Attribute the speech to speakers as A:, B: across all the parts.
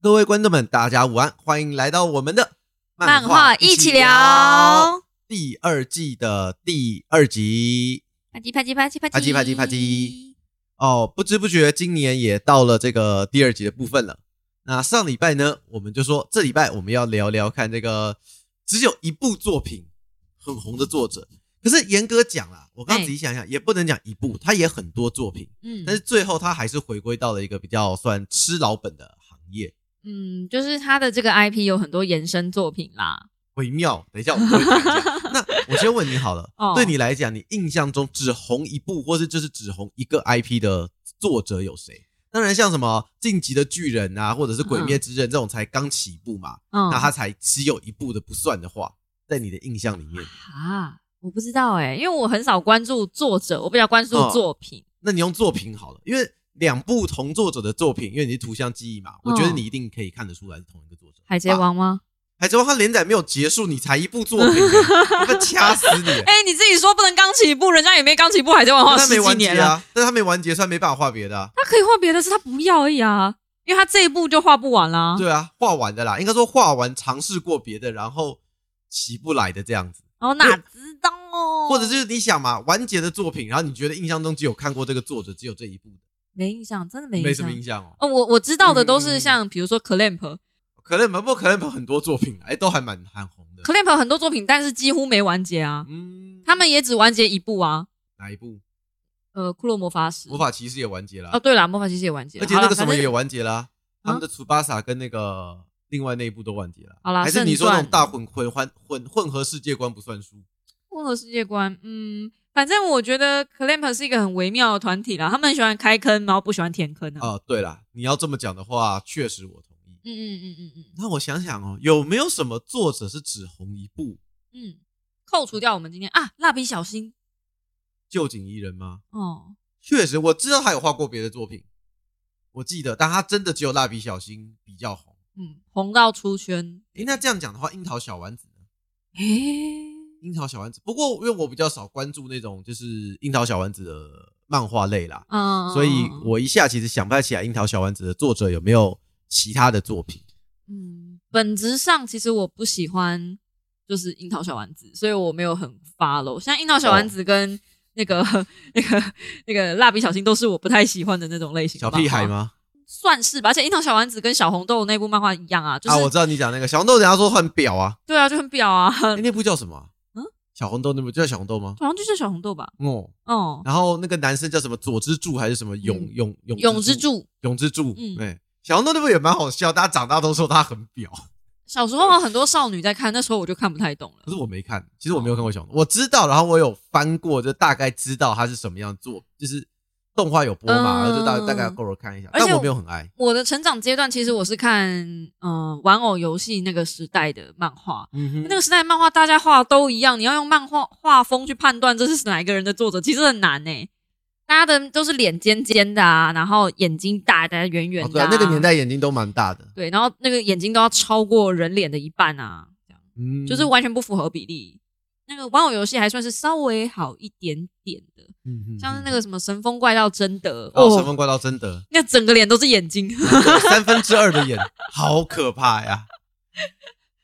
A: 各位观众们，大家午安，欢迎来到我们的
B: 漫画一起聊
A: 第二季的第二集。
B: 啪叽啪叽啪叽啪叽
A: 啪叽啪叽啪叽。哦，不知不觉今年也到了这个第二集的部分了。那上礼拜呢，我们就说这礼拜我们要聊聊看这个只有一部作品很红的作者。可是严格讲啦，我刚刚
B: 哎
A: 仔细想想，也不能讲一部，他也很多作品，
B: 嗯
A: 但是最后他还是回归到了一个比较算吃老本的行业。
B: 嗯，就是他的这个 IP 有很多延伸作品啦。
A: 微妙，等一下我们会讲一下。 那我先问你好了，
B: 哦
A: 对你来讲，你印象中只红一部，或是就是只红一个 IP 的作者有谁？当然，像什么《晋级的巨人》啊，或者是《鬼灭之刃》这种才刚起步嘛，
B: 嗯
A: 那他才只有一部的不算的话，在你的印象里面，
B: 啊，我不知道哎、因为我很少关注作者，我比较关注
A: 哦
B: 作品。
A: 那你用作品好了，因为两部同作者的作品，因为你是图像记忆嘛，我觉得
B: 嗯
A: 你一定可以看得出来是同一个作者。
B: 海贼
A: 啊，
B: 王吗？
A: 海贼王，他连载没有结束，你才一部作 品、欸，我被掐死你、欸！
B: 哎、你自己说不能刚起步，人家也没刚起步，海贼王画
A: 但他
B: 哦十
A: 没
B: 几
A: 完结
B: 年了。
A: 啊，但是他没完结，所以他没办法画别的、啊。
B: 他可以画别的，是他不要而已啊，因为他这一步就画不完啦。
A: 对啊，画完的啦，应该说画完尝试过别的，然后起不来的这样子，
B: 然后哪知道哦？
A: 或者就是你想嘛，完结的作品，然后你觉得印象中只有看过这个作者，只有这一部的，
B: 没印象，真的没印象。
A: 没什么印象哦。
B: 哦，我我知道的都
A: 嗯
B: 是像比如说 Clamp，Clamp
A: 可能不过可能有很多作品啊，哎，都还蛮很红的。
B: 很多作品，但是几乎没完结啊。
A: 嗯，
B: 他们也只完结一部啊，
A: 哪一部
B: 呃，骷髅魔法使。
A: 魔法骑士也完结了
B: 哦，，对了，魔法骑士也完结了，
A: 而且那
B: 好
A: 个
B: 啦
A: 什么也。
B: 反正
A: 完结了，他们
B: 啊
A: 的楚巴萨跟那个另外那一部都完结了。
B: 好啦
A: 还是你说那
B: 圣传
A: 种大混混混混混合世界观不算数？
B: 混合世界观，嗯，反正我觉得 Clamp 是一个很微妙的团体啦，他们很喜欢开坑，然后不喜欢填坑啊。
A: 啊、对啦，你要这么讲的话，确实我同意。
B: 嗯嗯嗯嗯嗯
A: 那我想想哦，有没有什么作者是只红一部，
B: 嗯，扣除掉我们今天啊，蜡笔小新
A: 旧井一人吗？
B: 哦，
A: 确实，我知道他有画过别的作品，我记得，但他真的只有蜡笔小新比较红。
B: 嗯，红到出圈，
A: 诶，那这样讲的话，樱桃小丸子呢？
B: 诶，
A: 樱桃小丸子，不过因为我比较少关注那种就是樱桃小丸子的漫画类啦，
B: 嗯，
A: 所以我一下其实想不太起来樱桃小丸子的作者有没有其他的作品。
B: 嗯，本质上其实我不喜欢就是樱桃小丸子，所以我没有很 follow。像樱桃小
A: 哦
B: 丸子跟那个、那个、那个蜡笔小新都是我不太喜欢的那种类型。
A: 小屁孩？吗？
B: 算是吧。而且樱桃小丸子跟小红豆那部漫画一样啊，就是、
A: 啊，我知道你讲那个小红豆，人家说很表啊，
B: 对啊，就很表啊，
A: 哎、那部叫什么啊、
B: 嗯
A: 小红豆那部就叫小红豆吗？
B: 好像就是小红豆吧。
A: 哦，
B: 哦，
A: 然后那个男生叫什么佐之助还是什么永
B: 嗯
A: 永永
B: 永之
A: 助
B: 助
A: 永之助？
B: 嗯
A: 对，小红豆那部也蛮好笑，大家长大都说他很婊，
B: 小时候啊有很多少女在看，那时候我就看不太懂了
A: 可。是我没看，其实我没有看过小红豆，我知道，然后我有翻过，就大概知道他是什么样做，就是动画有播嘛，
B: 嗯
A: 然后就大大概偶尔看一下，
B: 而且
A: 但我
B: 我
A: 没有很爱。
B: 我的成长阶段，其实我是看嗯、呃玩偶游戏那个时代的漫画，
A: 嗯哼
B: 那个时代的漫画大家画的都一样，你要用漫画画风去判断这是哪一个人的作者，其实很难呢、大家的都是脸尖尖的啊，然后眼睛大大圆
A: 哦
B: 圆
A: 对
B: 的、
A: 啊，那个年，代眼睛都蛮大的，
B: 对，然后那个眼睛都要超过人脸的一半啊，这样
A: 嗯，
B: 就是完全不符合比例。那个玩偶游戏还算是稍微好一点点的，
A: 嗯哼
B: 像是
A: 嗯
B: 那个什么《神风怪盗贞德》
A: 哦，三分怪盗真的
B: 那整个脸都是眼睛。
A: 三分之二的眼，好可怕呀！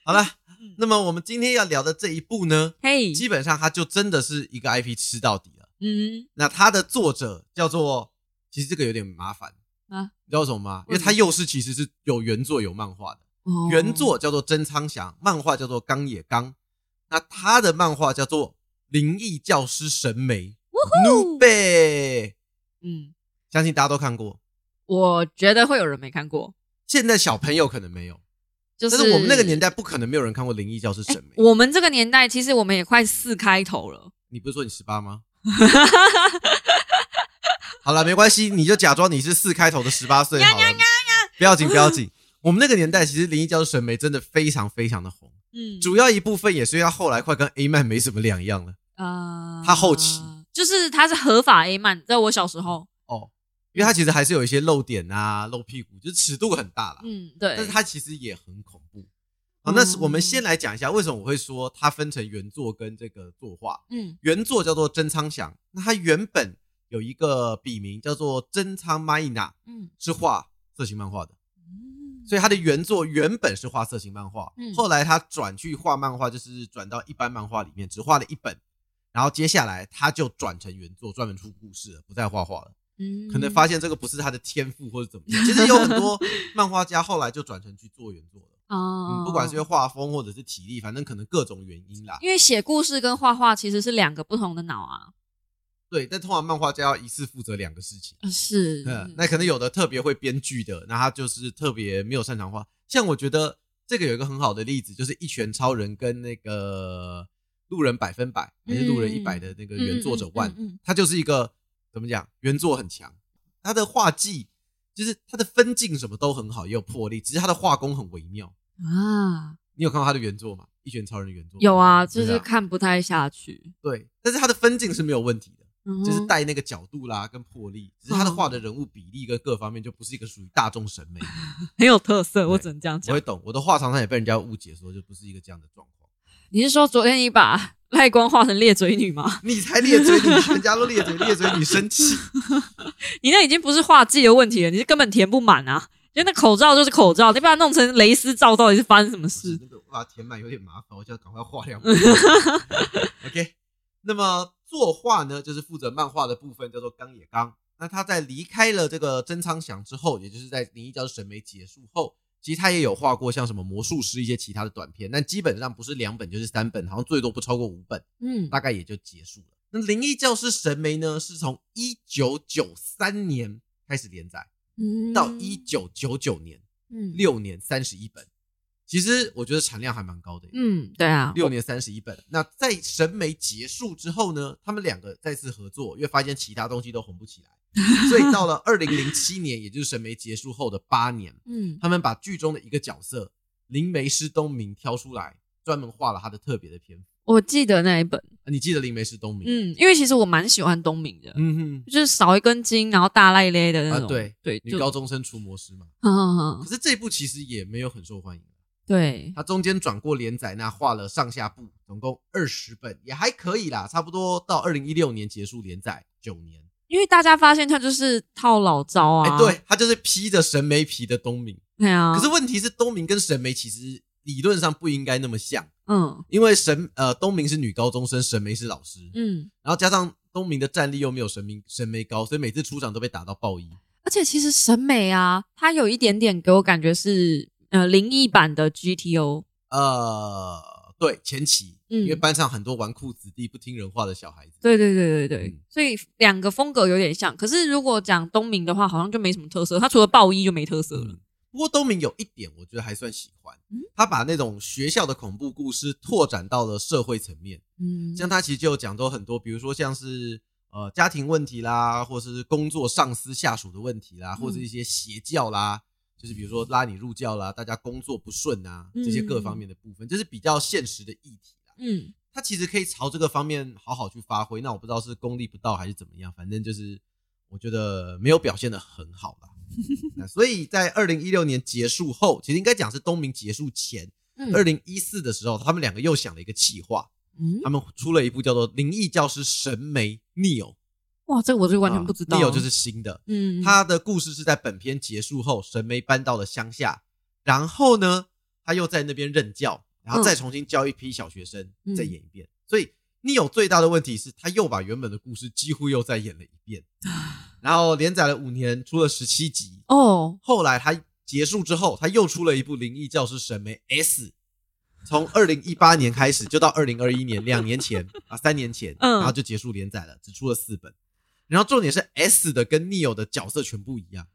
A: 好了，
B: 嗯
A: 那么我们今天要聊的这一部呢，
B: 嘿，
A: 基本上它就真的是一个 IP 吃到底了。
B: 嗯，
A: 那它的作者叫做，其实这个有点麻烦
B: 啊
A: 你知道为什么吗？因
B: 为
A: 为
B: 什么
A: 它又是其实是有原作有漫画的，
B: 哦
A: 原作叫做真仓祥，漫画叫做冈野刚，那他的漫画叫做《灵异教师神眉》
B: 呼
A: n u b
B: 嗯，
A: 相信大家都看过。
B: 我觉得会有人没看过，
A: 现在小朋友可能没有，
B: 就
A: 但是我们那个年代不可能没有人看过《灵异教师
B: 哎
A: 神眉》。
B: 我们这个年代，其实我们也快四开头了。
A: 你不是说你十八 吗？好了，没关系，你就假装你是四开头的十八岁好了，不要紧不要紧。我们那个年代其实《灵异教师神眉》真的非常非常的红，
B: 嗯，
A: 主要一部分也是因为它后来快跟 A 漫没什么两样了
B: 呃
A: 他后期
B: 就是他是合法 A 漫，在我小时候，
A: 哦，因为它其实还是有一些露点啊、露屁股，就是尺度很大啦。
B: 嗯，对，
A: 啊
B: 嗯
A: 但是它其实也很恐怖。好，那是我们先来讲一下为什么我会说它分成原作跟这个作画。
B: 嗯
A: 原作叫做真仓祥，那他原本有一个笔名叫做真仓 m i n a
B: 嗯
A: 是画色情漫画的。所以他的原作原本是画色情漫画，
B: 嗯
A: 后来他转去画漫画，就是转到一般漫画里面，只画了一本。然后接下来他就转成原作，专门出故事了，不再画画了。
B: 嗯
A: 可能发现这个不是他的天赋或者怎么样。其实有很 多漫画家后来就转成去做原作了，嗯，，
B: 哦
A: 不管是因为画风或者是体力，反正可能各种原因啦。
B: 因为写故事跟画画其实是两个不同的脑啊，
A: 对，但通常漫画家要一次负责两个事情。
B: 呃是
A: 嗯，那可能有的特别会编剧的，那他就是特别没有擅长画。像我觉得这个有一个很好的例子，就是《一拳超人》跟那个《路人百分百》还是《路人一百》的那个原作者万，
B: 嗯嗯嗯嗯嗯嗯
A: 他就是一个怎么讲，原作很强，他的画技就是他的分镜什么都很好，也有魄力，只是他的画工很微妙。
B: 啊，
A: 你有看过他的原作吗？《一拳超人》的原作
B: 有啊，就
A: 嗯
B: 是
A: 对
B: 看不太下去，
A: 对，但是他的分镜是没有问题的。
B: 嗯
A: 就是
B: 哼
A: 带那个角度啦，跟魄力，只是他的画的人物比例跟各方面就不是一个属于大众审美。
B: 很有特色，我
A: 对
B: 只啊能这样
A: 我
B: 讲
A: 会。懂，我的画常常也被人家误解说就不是一个这样的状况。
B: 你是说昨天你把赖光画成裂嘴女吗？
A: 你才咧嘴，你人家都咧嘴，咧嘴你生气。
B: 你那已经不是画技的问题了，你是根本填不满啊！就那口罩就是口罩，你把它弄成蕾丝罩，到底是发生什么
A: 是
B: 事？
A: 那个哇，填满有点麻烦，我就要赶快画两本。OK，那么作画呢，就是负责漫画的部分，叫做冈野刚。那他在离开了这个真仓响之后，也就是在《灵异教室审美》结束后，其实他也有画过像什么魔术师一些其他的短片，但基本上不是两本就是三本，好像最多不超过五本，
B: 嗯，
A: 大概也就结束了。那《灵异教室审美》呢，是从一九九三年开始连载，到一九九九年。
B: 嗯
A: 六年三十一本，其实我觉得产量还蛮高的耶，
B: 嗯，对啊，
A: 六年三十一本。那在审美结束之后呢，他们两个再次合作，因为发现其他东西都红不 起来，所以到了二零零七年，也就是审美结束后的八年，
B: 嗯
A: 他们把剧中的一个角色灵媒师东明挑出来，专门画了他的特别的篇幅。
B: 我记得那一本，
A: 啊你记得灵媒师东明？
B: 嗯，因为其实我蛮喜欢东明的，
A: 嗯哼，
B: 就是少一根筋，然后大赖咧的那种，
A: 啊对
B: 对，
A: 女
B: 就
A: 高中生除魔师嘛。
B: 嗯嗯
A: 可
B: 嗯
A: 是这部其实也没有很受欢迎。 啊
B: 对，
A: 他中间转过连载，那画了上下部，总共二十本，也还可以啦，差不多到二零一六年结束连载九年。
B: 因为大家发现他就是套老招
A: 哎、
B: 啊，
A: 对，他就是披着神媒皮的东明。
B: 对啊，
A: 可是问题是，东明跟神媒其实理论上不应该那么像，
B: 嗯
A: 因为神呃东明是女高中生，神媒是老师，
B: 嗯，
A: 然后加上东明的战力又没有神明神媒高，所以每次出场都被打到爆衣。
B: 而且其实审美啊，它有一点点给我感觉是呃灵异版的 GTO，
A: 呃，对，前期、
B: 嗯
A: 因为班上很多纨绔子弟、不听人话的小孩子。
B: 对对对对对，
A: 嗯
B: 所以两个风格有点像。可是如果讲东明的话，好像就没什么特色，他除了暴衣就没特色了。
A: 嗯不过东明有一点，我觉得还算喜欢
B: 嗯，
A: 他把那种学校的恐怖故事拓展到了社会层面。
B: 嗯，
A: 像他其实就有讲到很多，比如说像是呃家庭问题啦，或是工作上司下属的问题
B: 嗯
A: 啦，或是一些邪教啦，就是比如说拉你入教啦，大家工作不顺啊，这些各方面的部分，就是比较现实的议题啦。
B: 嗯
A: 他其实可以朝这个方面好好去发挥。那我不知道是功力不到还是怎么样，反正就是我觉得没有表现的很好啦。那所以在二零一六年结束后，其实应该讲是东明结束前，
B: 嗯
A: 二零一四的时候，他们两个又想了一个企划，
B: 嗯，
A: 他们出了一部叫做《灵异教师神媒 Neo》，
B: 哇，这个我就完全不知道。
A: 啊 Neo 就是新的，
B: 嗯，
A: 他的故事是在本片结束后，神媒搬到了乡下，然后呢，他又在那边任教，然后再重新教一批小学生，
B: 嗯
A: 再演一遍。所以你有最大的问题是，他又把原本的故事几乎又再演了一 遍，然后连载了五年，出了十七集。
B: 哦，
A: 后来他结束之后，他又出了一部《灵异教师神媒 S》。从二零一八年开始，就到二零二一年，两年前啊，三年前，
B: 嗯
A: 然后就结束连载了，只出了四本。然后重点是 S 的跟 Neo 的角色全不一样。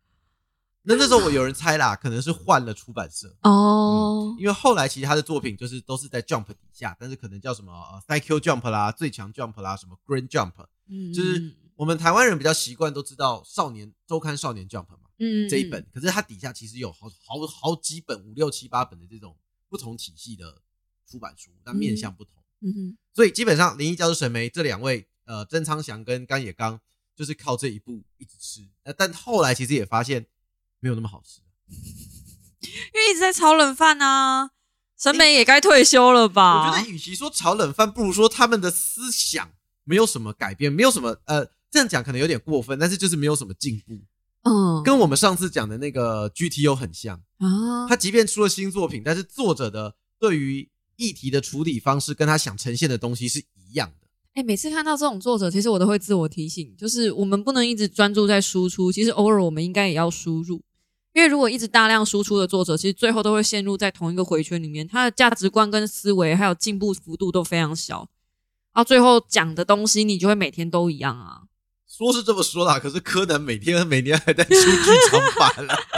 A: 那那时候我有人猜啦，可能是换了出版社，
B: 哦，
A: 因为后来其实他的作品就是都是在 Jump 底下，但是可能叫什么呃 Psycho Jump 啦、最强 Jump 啦、什么 Green Jump，
B: 嗯，
A: 就是我们台湾人比较习惯都知道少年周刊少年 Jump 嘛
B: 嗯
A: 这一本，，可是它底下其实有好好好几本五六七八本的这种不同体系的出版书，但面向不同。
B: 嗯嗯
A: 所以基本上，林一教授、沈眉这两位，呃，曾昌祥跟甘野刚，就是靠这一部一直吃。呃，但后来其实也发现没有那么好吃。
B: 因为一直在炒冷饭啊，审美也该退休了吧？
A: 我觉得，与其说炒冷饭，不如说他们的思想没有什么改变，没有什么呃，这样讲可能有点过分，但是就是没有什么进步。
B: 嗯，
A: 跟我们上次讲的那个 GTO 很像。
B: 啊，
A: 他即便出了新作品，但是作者的对于议题的处理方式跟他想呈现的东西是一样的。
B: 哎、每次看到这种作者，其实我都会自我提醒，就是我们不能一直专注在输出，其实偶尔我们应该也要输入，因为如果一直大量输出的作者，其实最后都会陷入在同一个回圈里面，他的价值观跟思维还有进步幅度都非常小，到最后讲的东西你就会每天都一样啊。
A: 说是这么说啦，可是柯南每天每年还在出剧场版了。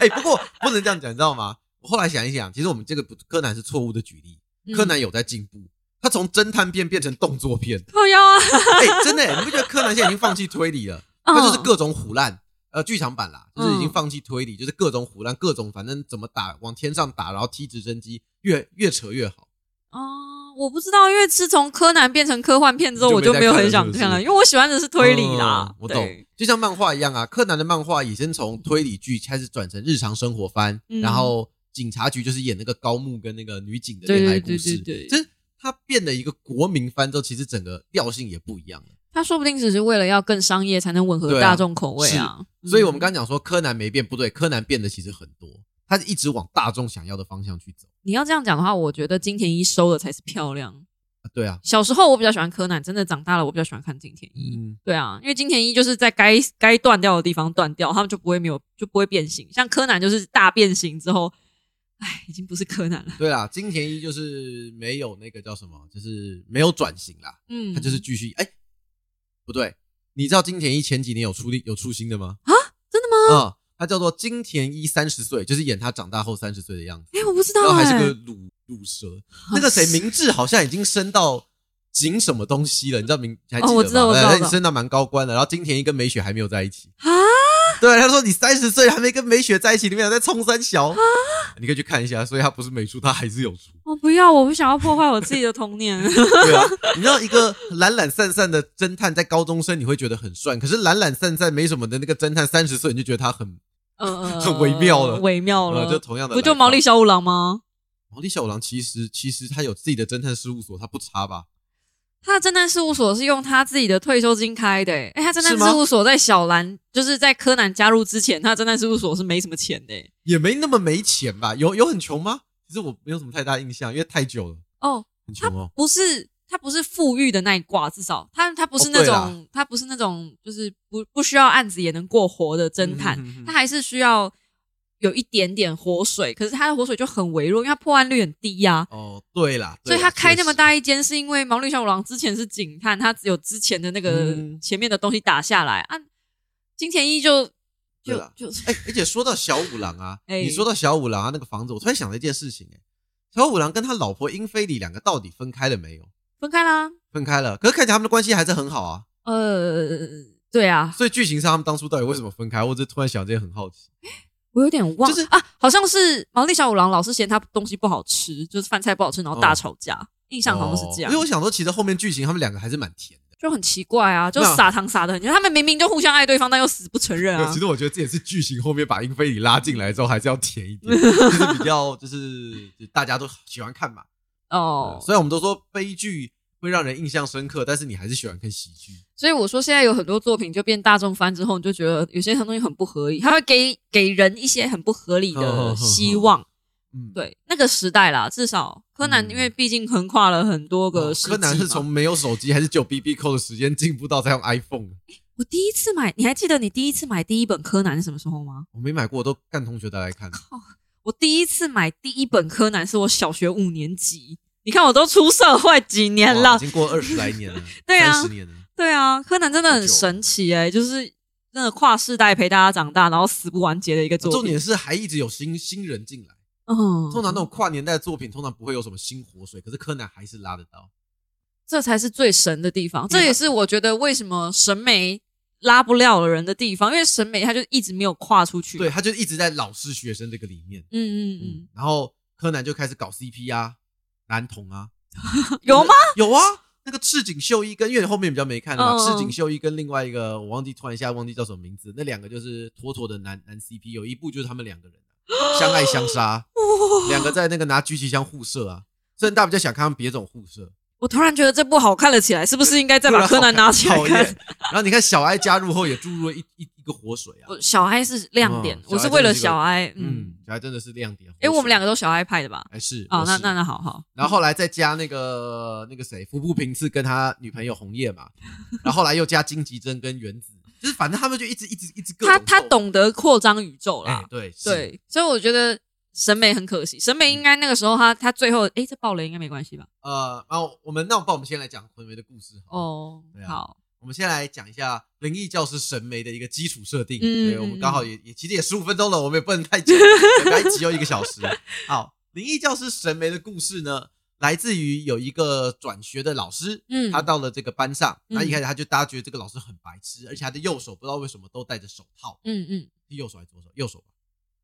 A: 哎、不过不能这样讲，你知道吗？我后来想一想，其实我们这个不柯南是错误的举例，
B: 嗯
A: 柯南有在进步。他从侦探片变成动作片，
B: 靠腰啊，
A: 哎、真的、你不觉得柯南现在已经放弃推理了？ 他就是
B: 嗯
A: 各种胡乱，呃，剧场版啦，就是已经
B: 嗯
A: 放弃推理，就是各种胡乱，各种反正怎么打，往天上打，然后踢直升机，越越扯越好。
B: 哦，我不知道，因为是从柯南变成科幻片之后，
A: 就
B: 我就
A: 没
B: 没有很
A: 再看了
B: 想
A: 是不
B: 看了，
A: 是
B: 因为我喜欢的是推理啦
A: 嗯。我
B: 对
A: 懂，就像漫画一样啊，柯南的漫画也先从推理剧开始转成日常生活番，
B: 嗯
A: 然后警察局就是演那个高木跟那个女警的恋爱故事，
B: 对对对对对
A: 就是它变得一个国民番之后，其实整个调性也不一样了。
B: 他说不定只是为了要更商业，才能吻合
A: 对啊
B: 大众口味啊。
A: 所以我们
B: 嗯
A: 刚刚讲说柯南没变，不对，柯南变的其实很多，它一直往大众想要的方向去走。
B: 你要这样讲的话，我觉得金田一收的才是漂亮。
A: 啊对啊，
B: 小时候我比较喜欢柯南，真的长大了我比较喜欢看金田一。
A: 嗯，
B: 对啊，因为金田一就是在该该断掉的地方断掉，他们就不会没有就不会变形。像柯南就是大变形之后，唉，已经不是柯南了。
A: 对啦，金田一就是没有那个叫什么，就是没有转型啦，
B: 嗯，
A: 他就是继续哎、不对，你知道金田一前几年有出力有出新的吗？啊，
B: 真的
A: 吗？啊、他叫做金田一三十岁，就是演他长大后三十岁的样子，
B: 哎、我不知
A: 然
B: 道
A: 后
B: 哎、
A: 还是个乳乳蛇。那个谁，明治好像已经升到井什么东西了，你知道明还记得吗？
B: 哦我知道我知道
A: 哎
B: 我知道
A: 升到蛮高官的。然后金田一跟美雪还没有在一起。
B: 啊，
A: 对，他说你三十岁还没跟美雪在一起，你们俩在冲三
B: 啊
A: 小。你可以去看一下，所以他不是美术，他还是有出。
B: 我不要，我不想要破坏我自己的童年。
A: 对啊，你知道一个懒懒散散的侦探在高中生你会觉得很帅，可是懒懒散散没什么的那个侦探三十岁你就觉得他很
B: 呃，
A: 很 微妙了
B: 微妙了，
A: 呃就同样的
B: 不
A: 来
B: 就
A: 访
B: 毛利小五郎吗？
A: 毛利小五郎其实其实他有自己的侦探事务所，他不差吧？
B: 他的侦探事务所是用他自己的退休金开的、欸，哎、他侦探
A: 是吗
B: 事务所在小兰，就是在柯南加入之前，他的侦探事务所是没什么钱的、欸。
A: 也没那么没钱吧？有有很穷吗？其实我没有什么太大印象，因为太久了，
B: 哦，
A: 很穷哦。
B: 不是，他不是富裕的那一挂，至少他他不是
A: 哦
B: 那
A: 对
B: 种，
A: 啦
B: 他不是那种，就是不不需要案子也能过活的侦探，
A: 嗯哼哼哼
B: 他还是需要有一点点活水，可是他的活水就很微弱，因为他破案率很低啊呀、
A: 哦，对啦，对
B: 所
A: 啦
B: 以他开那么，
A: 确实
B: 大一间，是因为毛利小五郎之前是警探，他只有之前的那个
A: 嗯
B: 前面的东西打下来、啊。金田一就
A: 对
B: 就
A: 啦
B: 就
A: 哎、而且说到小五郎啊，
B: 哎
A: 你说到小五郎啊那个房子，我突然想到一件事情、哎，小五郎跟他老婆英菲里两个到底分开了没有？
B: 分开啦。
A: 分开了，可是看起来他们的关系还是很好啊。
B: 呃，对啊，
A: 所以剧情上他们当初到底为什么分开？我只是突然想这些很好奇。
B: 我有点忘，
A: 就是
B: 啊，好像是毛利小五郎老是嫌他东西不好吃，就是饭菜不好吃，然后大
A: 哦
B: 吵架，印象好像是这样
A: 因为，我想说，其实后面剧情他们两个还是蛮甜的。
B: 就很奇怪啊，就
A: 那
B: 撒糖撒的很，他们明明就互相爱对方，但又死不承认
A: 没有
B: 啊
A: 其。实我觉得这也是剧情后面把英菲里拉进来之后，还是要甜一 点，就是比较就是就大家都喜欢看嘛。
B: 哦，
A: 虽然我们都说悲剧会让人印象深刻，但是你还是喜欢看喜剧。
B: 所以我说，现在有很多作品就变大众番之后，你就觉得有些东西很不合理，它会给给人一些很不合理的希望。
A: 嗯，
B: 对，那个时代啦，至少柯南，
A: 嗯
B: 因为毕竟横跨了很多个
A: 哦
B: 世纪嘛
A: 柯南是从没有手机还是九 B B 扣的时间进步到才用 iPhone。
B: 我第一次买，你还记得你第一次买第一本柯南是什么时候吗？
A: 我没买过，我都干同学带来 看。
B: 我第一次买第一本柯南是我小学五年级。你看，我都出社会几年
A: 哇
B: 了
A: 已，经过二十来年了，
B: 对啊
A: 三十年了。
B: 对啊，柯南真的
A: 好
B: 很
A: 久
B: 神奇哎、就是真的跨世代陪大家长大，然后死不完结的一个作
A: 哦重
B: 品。
A: 点是还一直有新新人进来。
B: 嗯，
A: 通常那种跨年代的作品，通常不会有什么新活水，可是柯南还是拉得到。
B: 这才是最神的地方，
A: 嗯
B: 这也是我觉得为什么审美拉不了人的地方，因为审美它就一直没有跨出去。
A: 对，，他就一直在老师学生这个里面，
B: 嗯啊嗯
A: 嗯
B: 嗯，，
A: 然后柯南就开始搞 CP 啊，男童啊，
B: 有吗？？
A: 有啊，那个赤井秀一跟因为后面比较没看了嘛，
B: 嗯嗯
A: 赤井秀一跟另外一个我忘记突然一下忘记叫什么名字，那两个就是妥妥的男男 CP，有一部就是他们两个人相爱相杀，
B: 哇
A: 啊两个在那个拿狙击枪互射啊，虽然大家比较想看他们别种互射，
B: 我突然觉得这部好看了起来，是不是应该再把柯南拿起来
A: 啊讨厌
B: 看？。
A: 然后你看小哀加入后也注入了一一一个活水啊，
B: 我小哀是亮点
A: 嗯，
B: 我
A: 小
B: 是
A: 哀
B: 为了
A: 真的是个
B: 小哀，嗯，
A: 嗯，小哀真的是亮点。
B: 因为我们两
A: 个
B: 个都小哀派的吧？
A: 还是
B: 哦
A: 我，
B: 那
A: 是
B: 那那好好，
A: 然后后来再加那个那个谁，服部平次跟他女朋友红叶嘛，然后后来又加金吉真跟原子，就是反正他们就一直一直一直各种
B: 他他
A: 斗
B: 懂得扩张宇宙
A: 哎、
B: 啦，
A: 对是嗯
B: 对，所以我觉得审美很可惜，审美应该那个时候他他最后，诶，这爆雷应该没关系吧？
A: 呃，然后我们那我帮我们先来讲魂梅的故事好了，
B: 哦
A: 对，啊
B: 好，
A: 我们先来讲一下灵异教师神媒的一个基础设定，
B: 嗯
A: 对我
B: 嗯
A: 们
B: 嗯
A: 刚好也也其实也十五分钟了，我们也不能太久，对不要一集又一个小时。好，灵异教师神媒的故事呢，来自于有一个转学的老师，
B: 嗯
A: 他到了这个班上，
B: 嗯
A: 那一开始他就大家觉得这个老师很白痴，而且他的右手不知道为什么都戴着手套，
B: 嗯嗯，
A: 是右手还是左手？右手吧，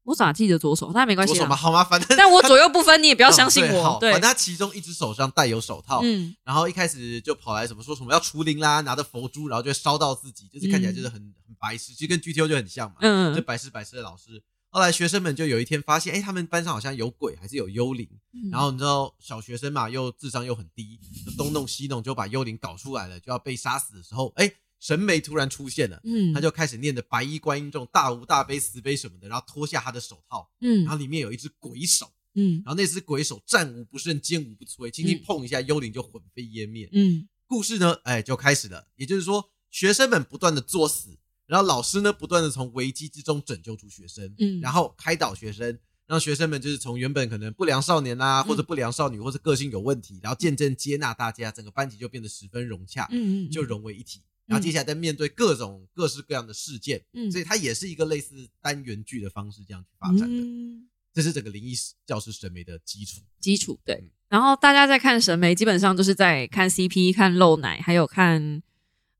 B: 我咋记得左手？那没关
A: 左
B: 系
A: 手
B: 啦
A: 嘛，，好吗？反正
B: 但我
A: 他
B: 左右不分，你也不要
A: 嗯
B: 相信
A: 对
B: 我
A: 好，
B: 对
A: 反，正他其中一只手上带有手套，
B: 嗯
A: 然后一开始就跑来什么说什么要除灵啦，拿着佛珠，然后就会烧到自己，就是看起来就是很、很白痴，其实跟 GTO 就很像嘛，
B: 嗯
A: 就白痴白痴的老师。后来学生们就有一天发现，哎，他们班上好像有鬼还是有幽灵。
B: 嗯，
A: 然后你知道小学生嘛，又智商又很低，就东弄西弄就把幽灵搞出来了，就要被杀死的时候，哎，神媒突然出现了，
B: 嗯，
A: 他就开始念着白衣观音咒、大无大悲慈悲什么的，然后脱下他的手套，
B: 嗯
A: 然后里面有一只鬼手，
B: 嗯
A: 然后那只鬼手战无不胜、坚无不摧，轻轻碰一下幽灵就魂飞烟灭。
B: 嗯
A: 故事呢，哎，就开始了。也就是说，学生们不断的作死，然后老师呢不断的从危机之中拯救出学生，
B: 嗯
A: 然后开导学生，让学生们就是从原本可能不良少年啦、或者不良少女，或者个性有问题，然后渐渐接纳大家，整个班级就变得十分融洽，
B: 嗯嗯，
A: 就融为一体。然后接下来再面对各种各式各样的事件，
B: 嗯
A: 所以它也是一个类似单元剧的方式这样去发展的。
B: 嗯
A: 这是整个灵异教师审美的基础。
B: 基础对
A: 嗯。
B: 然后大家在看审美，基本上就是在看 CP、看露奶，还有看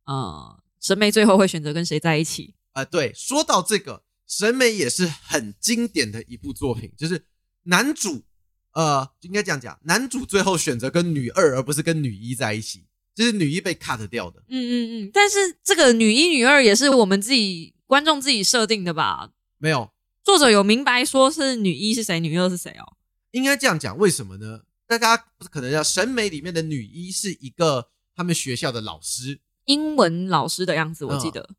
B: 呃审美最后会选择跟谁在一起。
A: 啊、对，说到这个，审美也是很经典的一部作品，就是男主，呃，应该这样讲，男主最后选择跟女二而不是跟女一在一起，就是女一被 cut 掉的。
B: 嗯嗯嗯。但是这个女一、女二也是我们自己观众自己设定的吧？
A: 没有，
B: 作者有明白说是女一是谁，女二是谁哦？
A: 应该这样讲，为什么呢？大家可能要审美里面的女一是一个他们学校的老师，
B: 英文老师的样子，
A: 嗯
B: 我记得。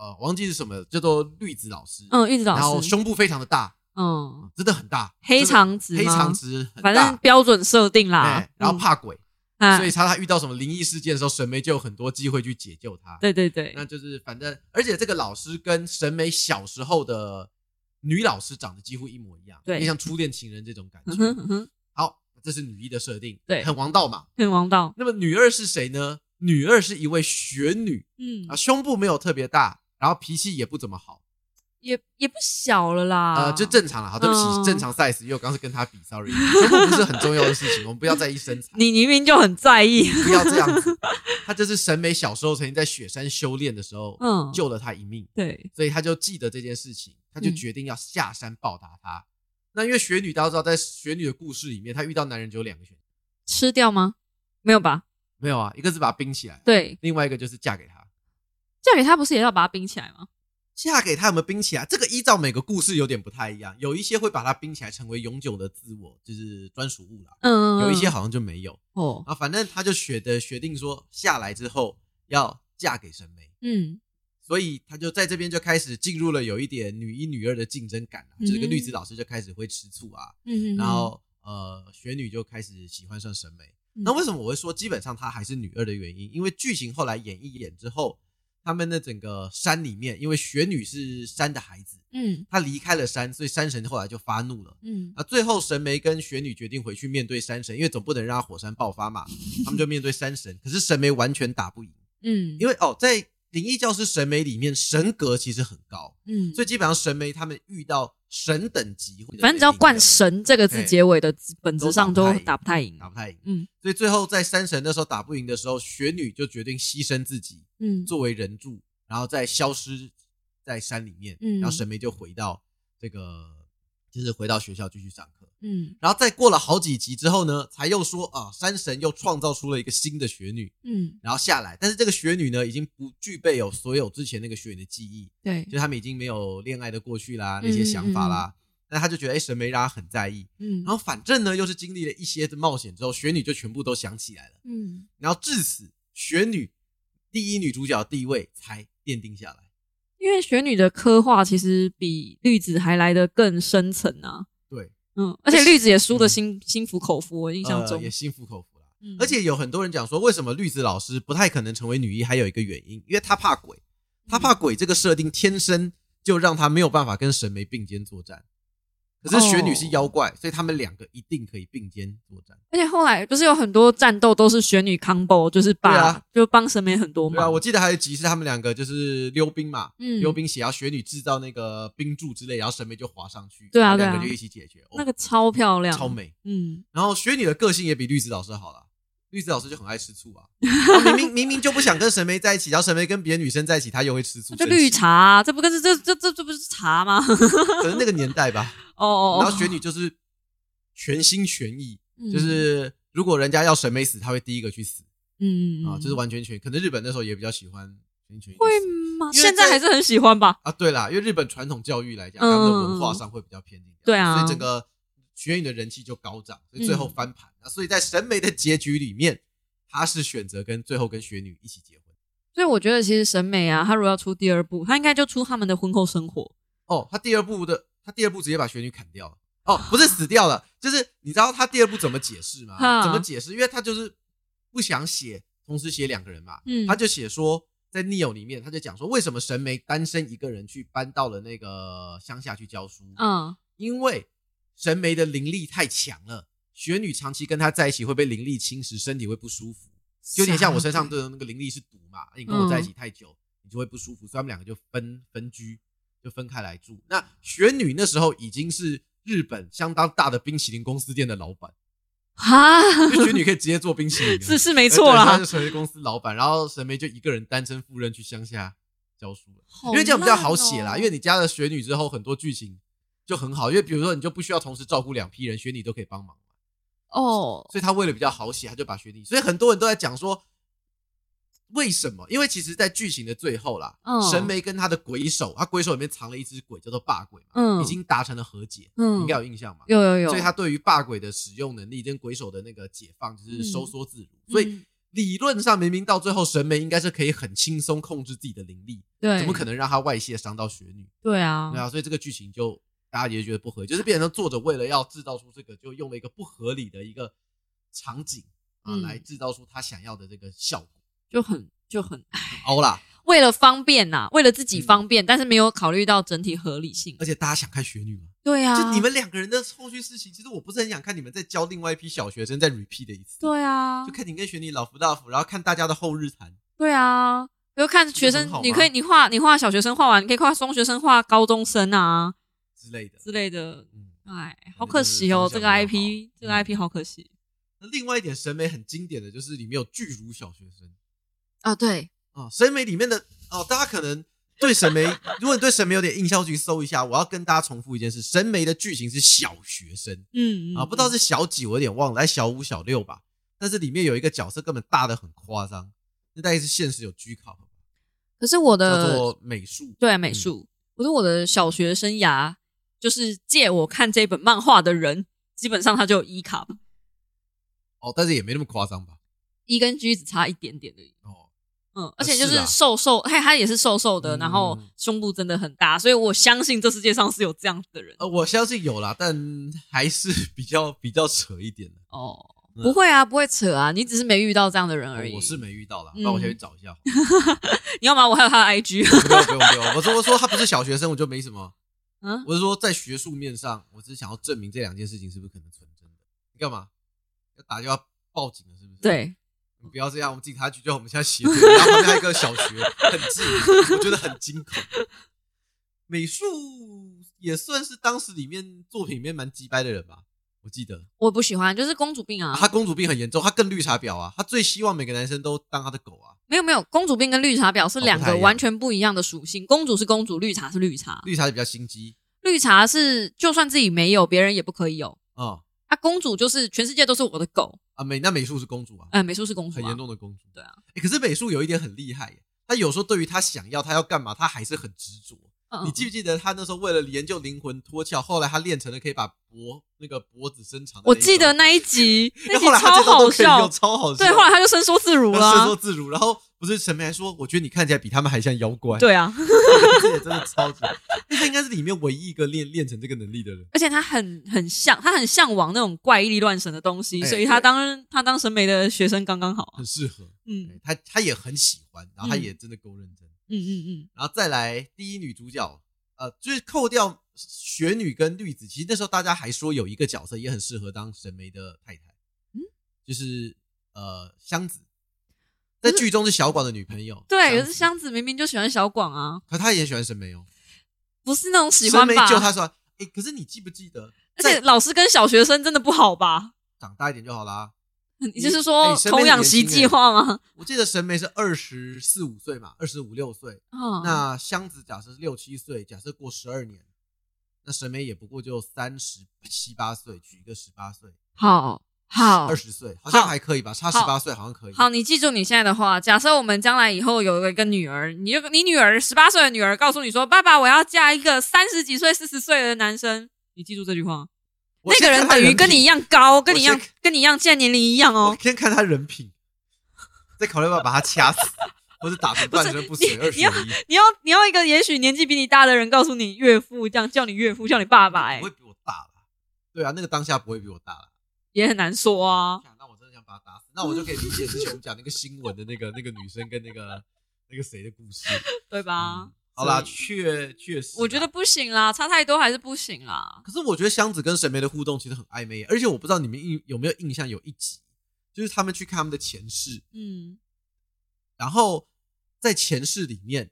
A: 呃，忘记是什么，叫做绿子老师，
B: 嗯，玉子
A: 然
B: 老
A: 后
B: 师。
A: 胸部非常的大，
B: 嗯，
A: 真的很大，
B: 黑长直
A: 黑
B: 吗
A: 长直很大，
B: 反正标准设定啦
A: 哎。然后
B: 嗯
A: 怕鬼，
B: 啊
A: 所以他他遇到什么灵异事件的时候，神媒就有很多机会去解救他。，
B: 对对对
A: 那，就是反正，呃而且这个老师跟神媒小时候的女老师长得几乎一模一样，
B: 对
A: 有点像初恋情人这种感
B: 嗯哼
A: 觉。
B: 嗯哼，
A: 好，这是女一的设定，
B: 对
A: 很王道嘛。
B: 很王道。
A: 那么女二是谁呢？女二是一位学女
B: 嗯
A: 啊，胸部没有特别大，然后脾气也不怎么好，
B: 也也不小了啦，
A: 呃，就正常了。好，对不起，
B: 啊嗯
A: 正常 size，因为我刚刚是跟她比，sorry，胸部不是很重要的事情，我们不要在意身材。
B: 你明明就很在意，
A: 不要这样子。 他就是审美小时候曾经在雪山修炼的时候，
B: 嗯
A: 救了他一命，
B: 对，
A: 所以他就记得这件事情，他就
B: 嗯
A: 决定要下山报答他。那因为雪女大家都知道，在雪女的故事里面，她遇到男人只有两个选择，
B: 吃掉吗？没有吧？
A: 没有啊，一个是把他冰起来，
B: 对，
A: 另外一个就是嫁给他。
B: 嫁给他不是也要把他冰起来吗？
A: 嫁给他有没有冰起来？这个依照每个故事有点不太一样，有一些会把它冰起来成为永久的自我，就是专属物啦。
B: 嗯，
A: 有一些好像就没有
B: 哦，
A: 啊，反正他就学的决定说下来之后要嫁给神媒，
B: 嗯
A: 所以他就在这边就开始进入了有一点女一女二的竞争感了、啊
B: 嗯
A: 就是跟律子老师就开始会吃醋啊，
B: 嗯，嗯
A: 然后呃学女就开始喜欢上审美。
B: 嗯
A: 那为什么我会说基本上她还是女二的原因？因为剧情后来演一演之后，他们的整个山里面，因为雪女是山的孩子，
B: 嗯
A: 她离开了山，所以山神后来就发怒了。
B: 嗯
A: 啊，最后神媒跟雪女决定回去面对山神，因为总不能让他火山爆发嘛，他们就面对山神。可是神媒完全打不赢，
B: 嗯，
A: 因为哦，在灵异教师审美里面，神格其实很高，
B: 嗯，
A: 所以基本上神媒他们遇到神等级，
B: 反正只要冠，神这个字结尾的，本质上都
A: 都
B: 打
A: 打
B: 不太赢
A: 打。不太赢。
B: 嗯
A: 所以最后在山神那时候打不赢的时候，雪女就决定牺牲自己
B: 嗯
A: 作为人柱，然后再消失在山里面，
B: 嗯
A: 然后神媒就回到这个，就是回到学校继续上课。
B: 嗯
A: 然后再过了好几集之后呢，才又说啊，山神又创造出了一个新的雪女，
B: 嗯，
A: 然后下来，但是这个雪女呢，已经不具备有所有之前那个雪女的记忆，
B: 对
A: 就，他们已经没有恋爱的过去啦，那些想法啦，那他就觉得哎、诶神梅拉很在意。
B: 嗯
A: 然后反正呢，又是经历了一些的冒险之后，雪女就全部都想起来了。
B: 嗯，
A: 然后至此，雪女第一女主角地位才奠定下来。
B: 因为雪女的刻画其实比绿子还来得更深层啊。
A: 对，
B: 嗯，而且绿子也输的心心服口服，我印象
A: 呃
B: 中
A: 也。心服口服啦。
B: 嗯
A: 而且有很多人讲说，为什么绿子老师不太可能成为女一，还有一个原因，因为她怕鬼，她怕鬼这个设定天生就让她没有办法跟神媒并肩作战。可是雪女
B: 哦
A: 是妖怪，所以他们两个一定可以并肩作战。
B: 而且后来不是有很多战斗都是雪女 combo，就是把、
A: 对啊
B: 就帮神美很多
A: 对啊，
B: 忙。
A: 我记得还有一集是他们两个就是溜冰嘛，
B: 嗯
A: 溜冰鞋，然后雪女制造那个冰柱之类，然后神媒就滑上去，
B: 对啊
A: 然后两
B: 对
A: 个
B: 啊
A: 就一起解决，哦
B: 那个超漂亮，
A: 超。美。
B: 嗯，
A: 然后雪女的个性也比绿子老师好啦，绿子老师就很爱吃醋啊，然后明明明明就不想跟神梅在一起，然后神梅跟别的女生在一起，她又会吃醋，
B: 就
A: 生气
B: 绿，茶啊、这不跟这这这这这不是茶吗？
A: 可能那个年代吧。
B: 哦哦
A: 然
B: 哦
A: 后，雪女就是全心全意，
B: 嗯
A: 就是如果人家要神梅死，她会第一个去死
B: 嗯
A: 啊，就是完全全，可能日本那时候也比较喜欢全心全意去
B: 会
A: 死。
B: 吗？
A: 因为
B: 现在
A: 在
B: 还是很喜欢吧。
A: 啊，对啦，因为日本传统教育来讲，
B: 嗯
A: 他们的文化上会比较偏进，
B: 对啊
A: 所以整个学院的人气就高涨，所以最后
B: 嗯
A: 翻盘。那所以在神媒的结局里面，他是选择跟最后跟雪女一起结婚。
B: 所以我觉得其实审美啊，她如果要出第二部，她应该就出他们的婚后生活。
A: 哦，他第二部的他第二部直接把雪女砍掉了。哦，不是死掉了，就是你知道他第二部怎么解释吗？
B: 哈
A: 怎么解释？因为他就是不想写，同时写两个人嘛。
B: 嗯
A: 他就写说，在 Neo 里面，他就讲说，为什么神媒单身一个人去搬到了那个乡下去教书？
B: 嗯，
A: 因为神媒的灵力太强了，雪女长期跟他在一起会被灵力侵蚀，身体会不舒服，就有点像我身上的那个灵力是毒嘛，你跟
B: 嗯
A: 我在一起太久，你就会不舒服，所以他们两个就分分居，就分开来住。那雪女那时候已经是日本相当大的冰淇淋公司店的老板，
B: 哈，
A: 就雪女可以直接做冰淇淋了，
B: 啊 是是没错
A: 他
B: 啦
A: 就，成为公司老板，然后神媒就一个人单身赴任去乡下教书了。
B: 好
A: 因为这样比较好
B: 烂
A: 写啦。
B: 哦
A: 因为你加了雪女之后，很多剧情就很好。因为比如说，你就不需要同时照顾两批人，雪女都可以帮忙。
B: 哦，
A: 所以他为了比较好写，他就把雪女。所以很多人都在讲说，为什么？因为其实，在剧情的最后啦，
B: 嗯
A: 神媒跟他的鬼手，他鬼手里面藏了一只鬼，叫做霸鬼嘛，
B: 嗯
A: 已经达成了和解，
B: 嗯
A: 应该有印象嘛。
B: 有有有，
A: 所以他对于霸鬼的使用能力跟鬼手的那个解放，就是收缩自如。所以
B: 嗯
A: 理论上，明明到最后，神媒应该是可以很轻松控制自己的灵力，
B: 对
A: 怎么可能让他外泄伤到雪女？
B: 对啊
A: 对，啊，所以这个剧情就大家也觉得不合理，就是变成作者为了要制造出这个，就用了一个不合理的一个场景啊，
B: 嗯
A: 来制造出他想要的这个效果。
B: 就很就很
A: 欧啦，
B: 为了方便呐、为了自己
A: 嗯
B: 方便，但是没有考虑到整体合理性
A: 而。且大家想看雪女吗？
B: 对啊，
A: 就你们两个人的后续事情，其实我不是很想看你们再教另外一批小学生再 repeat 的一次。、
B: 对啊
A: 就，看你跟雪女老夫大夫，然后看大家的后日谈。
B: 对啊，就看学
A: 很
B: 生
A: 好，
B: 你
A: 吗
B: 可以你画你画小学生画完，你可以画中学生画高中生啊
A: 之类的，
B: 之类的。
A: 嗯，
B: 哎，
A: 反正
B: 好可
A: 就是
B: 惜哦，
A: 方向比
B: 这个
A: 较
B: IP
A: 好
B: 这个
A: 嗯
B: IP 好可惜
A: 那另外一点审美很经典的就是里面有巨乳小学生，
B: 啊。对，
A: 啊，审美里面的哦，大家可能对审美，如果你对审美有点印象，去搜一下。我要跟大家重复一件事：审美的剧情是小学生
B: 嗯
A: 啊，不知道是小几，我有点忘了，来小五、小六吧。但是里面有一个角色根本大的很夸张，那大概是现实有居考，
B: 可是我
A: 叫
B: 的
A: 做美术。
B: 对啊美
A: 嗯
B: 术，可是我的小学生涯就是借我看这本漫画的人，基本上他就有一卡吧，
A: 哦，但是也没那么夸张吧？
B: 一跟 G 只差一点点而已。
A: 哦，
B: 嗯，
A: 啊
B: 而且就是
A: 啊
B: 是瘦瘦，他他也是瘦瘦的，
A: 嗯
B: 然后胸部真的很大，所以我相信这世界上是有这样的人
A: 呃，我相信有啦，但还是比较比较扯一点的。
B: 哦。
A: 嗯
B: 不会啊，不会扯啊，你只是没遇到这样的人而已。
A: 哦
B: 嗯
A: 我是没遇到啦，那我先去找一下好了。
B: 你要吗？我还有他的 IG。
A: 不用不用不用，我说我说他不是小学生，我就没什么。
B: 嗯，
A: 我是说，在学术面上，我只是想要证明这两件事情是不是可能存真的。你干嘛？要打就要报警了，是不是？，
B: 对，
A: 你不要这样，我们警察局就在我们现在斜对面，然后旁边还有一个小学，很近，我觉得很惊恐。美术也算是当时里面作品里面蛮鸡掰的人吧，我记得、
B: 我不喜欢，就是公主病啊。
A: 啊他公主病很严重，他更绿茶婊啊，他最希望每个男生都当他的狗啊。
B: 没有没有，公主病跟绿茶婊是
A: 哦不
B: 两
A: 太一
B: 个
A: 样
B: 完全不一样的属性。公主是公主，绿茶是绿茶。
A: 绿茶也比较心机
B: 绿茶是就算自己没有，别人也不可以有。
A: 啊、嗯
B: 啊，公主就是全世界都是我的狗。
A: 啊，美那美术是公主啊，
B: 哎、美术是公主、
A: 很
B: 啊，
A: 严重的公主。
B: 对啊
A: 欸可是美术有一点很厉害耶，他有时候对于他想要他要干嘛，他还是很执着。
B: 嗯
A: 你记不记得他那时候为了研究灵魂脱壳，后来他练成了可以把脖那个脖子伸长的那
B: 我
A: 一种？
B: 记得那一集，那
A: 然
B: 集
A: 后后来他
B: 超
A: 这招
B: 好
A: 都可以
B: 笑
A: 用，，超好笑。
B: 对，啊后来他就伸缩自如
A: 然后伸
B: 啦
A: 缩，自如，然后不是陈明还说，我觉得你看起来比他们还像妖怪。，
B: 对啊，
A: 这也真的超级，那他应该是里面唯一一个练练成这个能力的人。
B: 而且他很很向他很向往那种怪力乱神的东西，
A: 哎
B: 所以他当他当审美的学生刚刚好啊，
A: 很适合，
B: 嗯
A: 对他他也很喜欢，然后他也真的够认真。
B: 嗯嗯
A: 然后再来第一女主角，呃，就是扣掉雪女跟绿子，其实那时候大家还说有一个角色也很适合当神眉的太太，
B: 嗯
A: 就是呃香子，在剧中是小广的女朋友，
B: 嗯，对，可
A: 子
B: 是，香子明明就喜欢小广啊，
A: 可她也喜欢神眉哦，
B: 不是那种喜
A: 神
B: 欢
A: 眉
B: 吧？
A: 就她说，哎，可是你记不记得，
B: 而
A: 在
B: 且老师跟小学生真的不好吧？
A: 长大一点就好啦。
B: 你就是
A: 哎
B: 说
A: 身边
B: 童
A: 的
B: 养
A: 年
B: 媳
A: 轻
B: 计
A: 人
B: 划吗？
A: 我记得神眉是二十四五岁嘛，二十五六岁，
B: 啊，
A: 那箱子假设是六七岁，假设过十二年，那神眉也不过就三十七八岁，举一个十八岁，
B: 好好
A: 二十岁好像还可以吧，差十
B: 哦好
A: 八岁好像可以。
B: 好，你记住你现在的话。假设我们将来以后有一个女儿，你就你女儿十八岁的女儿告诉你说：“爸爸，我要嫁一个三十几岁、四十岁的男生。”你记住这句话。
A: 我
B: 那
A: 先看
B: 个人
A: 他
B: 等于跟你
A: 品
B: 一样高，跟你一样
A: 先，
B: 跟你一样，现在年龄一样
A: 我
B: 哦。
A: 先看他人品，再考虑要不要把他掐死，或者打成半身不
B: 你
A: 遂二选
B: 你要
A: 一。
B: 你要你要一个也许年纪比你大的人告诉你岳父，这样叫你岳父，叫你爸爸、哎
A: 不会，比我大啦，对啊，那个当下不会比我大啦。
B: 也很难说啊。
A: 看那我真的想把他打死，那我就可以理解之前我们讲那个新闻的那个那个女生跟那个那个谁的故 事。
B: 对吧？
A: 嗯好啦，
B: 啊所以
A: 确确实啦，啊
B: 我觉得不行啦，差太多还是不行啦。
A: 可是我觉得箱子跟神眉的互动其实很暧昧，而且我不知道你们印有没有印象，有一集就是他们去看他们的前世，
B: 嗯，
A: 然后在前世里面，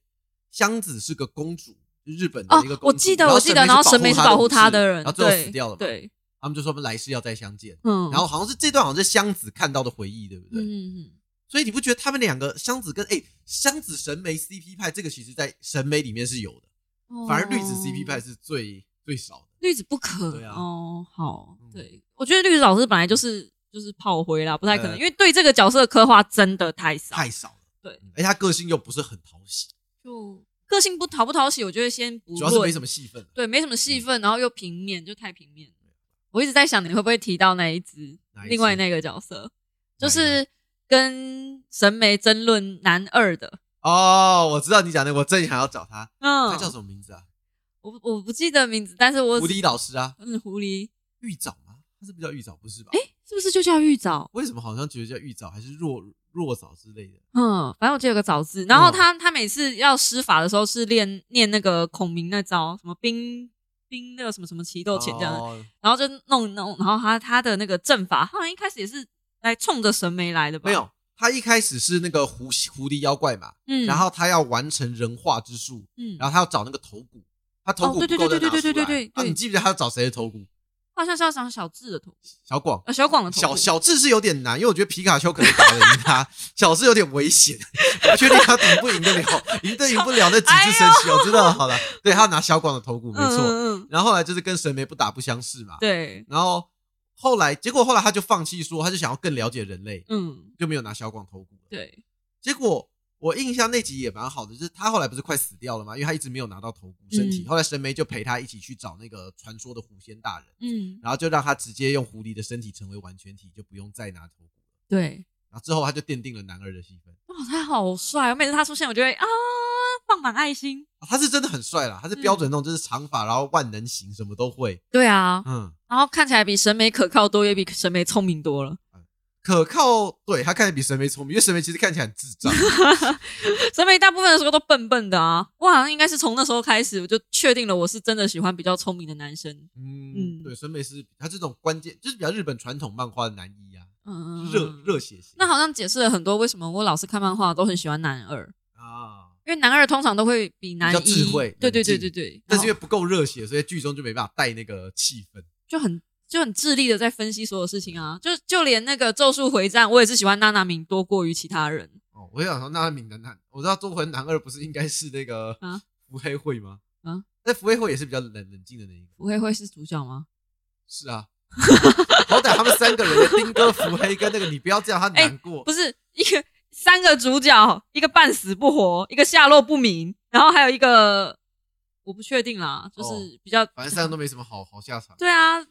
A: 箱子是个公主，日本的
B: 哦
A: 一个，公主，
B: 我记得，
A: 然后
B: 我记得，然后神
A: 眉
B: 眉
A: 是
B: 是保护
A: 她
B: 他的人，
A: 然后最后
B: 对，
A: 死掉了嘛。，
B: 对，
A: 他们就说他们来世要再相见。
B: 嗯，
A: 然后好像是这段好像是箱子看到的回忆，对不对？
B: 嗯嗯
A: 所以你不觉得他们两个箱子跟哎箱子神眉 CP 派这个其实在审美里面是有的，
B: 嗯，
A: 反而绿子 CP
B: 派。
A: 派是最最少的。
B: 绿子不可。
A: 对啊
B: 哦，好
A: 嗯，
B: 对，我觉得绿子老师本来就是就是炮灰啦，不太可能，
A: 呃
B: 因为对这个角色的刻画真的太少，
A: 太少了。
B: 对
A: 嗯，而且他个性又不是很讨喜，
B: 就个性不讨不讨喜，我觉得先不
A: 主要
B: 论，
A: 是没什么嗯戏份。
B: 对，没什么戏份，然后又平面，就太平面。我一直在想你会不会提到那一只
A: 哪一只
B: 另外那个角色，就
A: 哪
B: 是跟神眉争论男二的，
A: 哦，我知道你讲的，我正想要找他，
B: 嗯
A: 他，叫什么名字啊？
B: 我不我不记得名字，但是我
A: 狐狸老师啊，
B: 嗯狐狸
A: 玉藻吗？他是不是叫玉藻？不是吧？哎，
B: 是不是就叫玉藻？
A: 为什么好像觉得叫玉藻还是若若藻之类的？
B: 嗯，反正我记得有个早字，然后
A: 嗯
B: 他、他每次要施法的时候是练念那个孔明那招，什么冰冰那个什么什么奇斗前这样的，
A: 哦
B: 然后就弄弄，然后他他的那个阵法，他好像一开始也是来冲着神眉来的吧？
A: 没，有，他一开始是那个狐狐狸妖怪嘛，
B: 嗯，
A: 然后他要完成人化之术，
B: 嗯，
A: 然后他要找那个头骨，他头骨
B: 哦
A: 不
B: 对对
A: 够
B: 对
A: 再拿
B: 对对对
A: 出来
B: 对对
A: 啊
B: 对
A: 你记不记得他要找谁的头骨？
B: 好像是要长小智的头，
A: 小广。
B: 呃，小广的头，
A: 小小智是有点难，因为我觉得皮卡丘可能打得赢他，小智有点危险，我不确定他赢不赢得了，赢得赢不了那几只神
B: 哎
A: 奇，我哦知道了好了，对他要拿小广的头骨没
B: 嗯
A: 错，
B: 嗯嗯，
A: 然后后来就是跟神眉不打不相识嘛，
B: 对，
A: 然后后来结果后来他就放弃说，他就想要更了解人类，
B: 嗯
A: 就没有拿小广头骨了。
B: 对，
A: 结果我印象那集也蛮好的，就是他后来不是快死掉了吗？因为他一直没有拿到头骨身体，
B: 嗯
A: 后来神眉就陪他一起去找那个传说的狐仙大人，
B: 嗯
A: 然后就让他直接用狐狸的身体成为完全体，就不用再拿头骨。
B: 对，
A: 然后之后他就奠定了男二的戏份、
B: 哇，他好帅，每次他出现我就会啊放满爱心，
A: 啊他是真的很帅啦，他是标
B: 嗯
A: 准那种就是长发，然后万能型，什么都会，
B: 对啊，
A: 嗯，
B: 然后看起来比神眉可靠多，也比神眉聪明多了。
A: 可靠。对他看起来比神眉聪明，因为神眉其实看起来很智障，
B: 审美大部分的时候都笨笨的啊。我好像应该是从那时候开始，我就确定了我是真的喜欢比较聪明的男生。
A: 嗯，
B: 嗯
A: 对，神眉是他这种关键就是比较日本传统漫画的男一啊，
B: 嗯，
A: 热热血型
B: 那好像解释了很多为什么我老是看漫画都很喜欢男二，
A: 啊，
B: 因为男二通常都会比男一
A: 比较智慧
B: 对对对
A: 冷静
B: 对对，
A: 但是因为
B: 然后
A: 不够热血，所以剧中就没办法带那个气氛。
B: 就很就很智力的在分析所有事情啊，就就连那个《咒术回战》，我也是喜欢娜娜明多过于其他人
A: 哦，我就想说，那闽南男，我知道周魂男二不是应该是那个
B: 啊
A: 伏黑会吗？
B: 啊，
A: 那伏黑会也是比较冷冷静的那一个。
B: 不会会是主角吗？
A: 是啊， 好歹他们三个人，丁哥、伏黑跟那个，你不要这样，他难过。
B: 哎不是一个三个主角，一个半死不活，一个下落不明，然后还有一个我不确定啦，就
A: 哦
B: 是比较、
A: 反正三个都没什么好好下场。
B: 对啊，
A: 我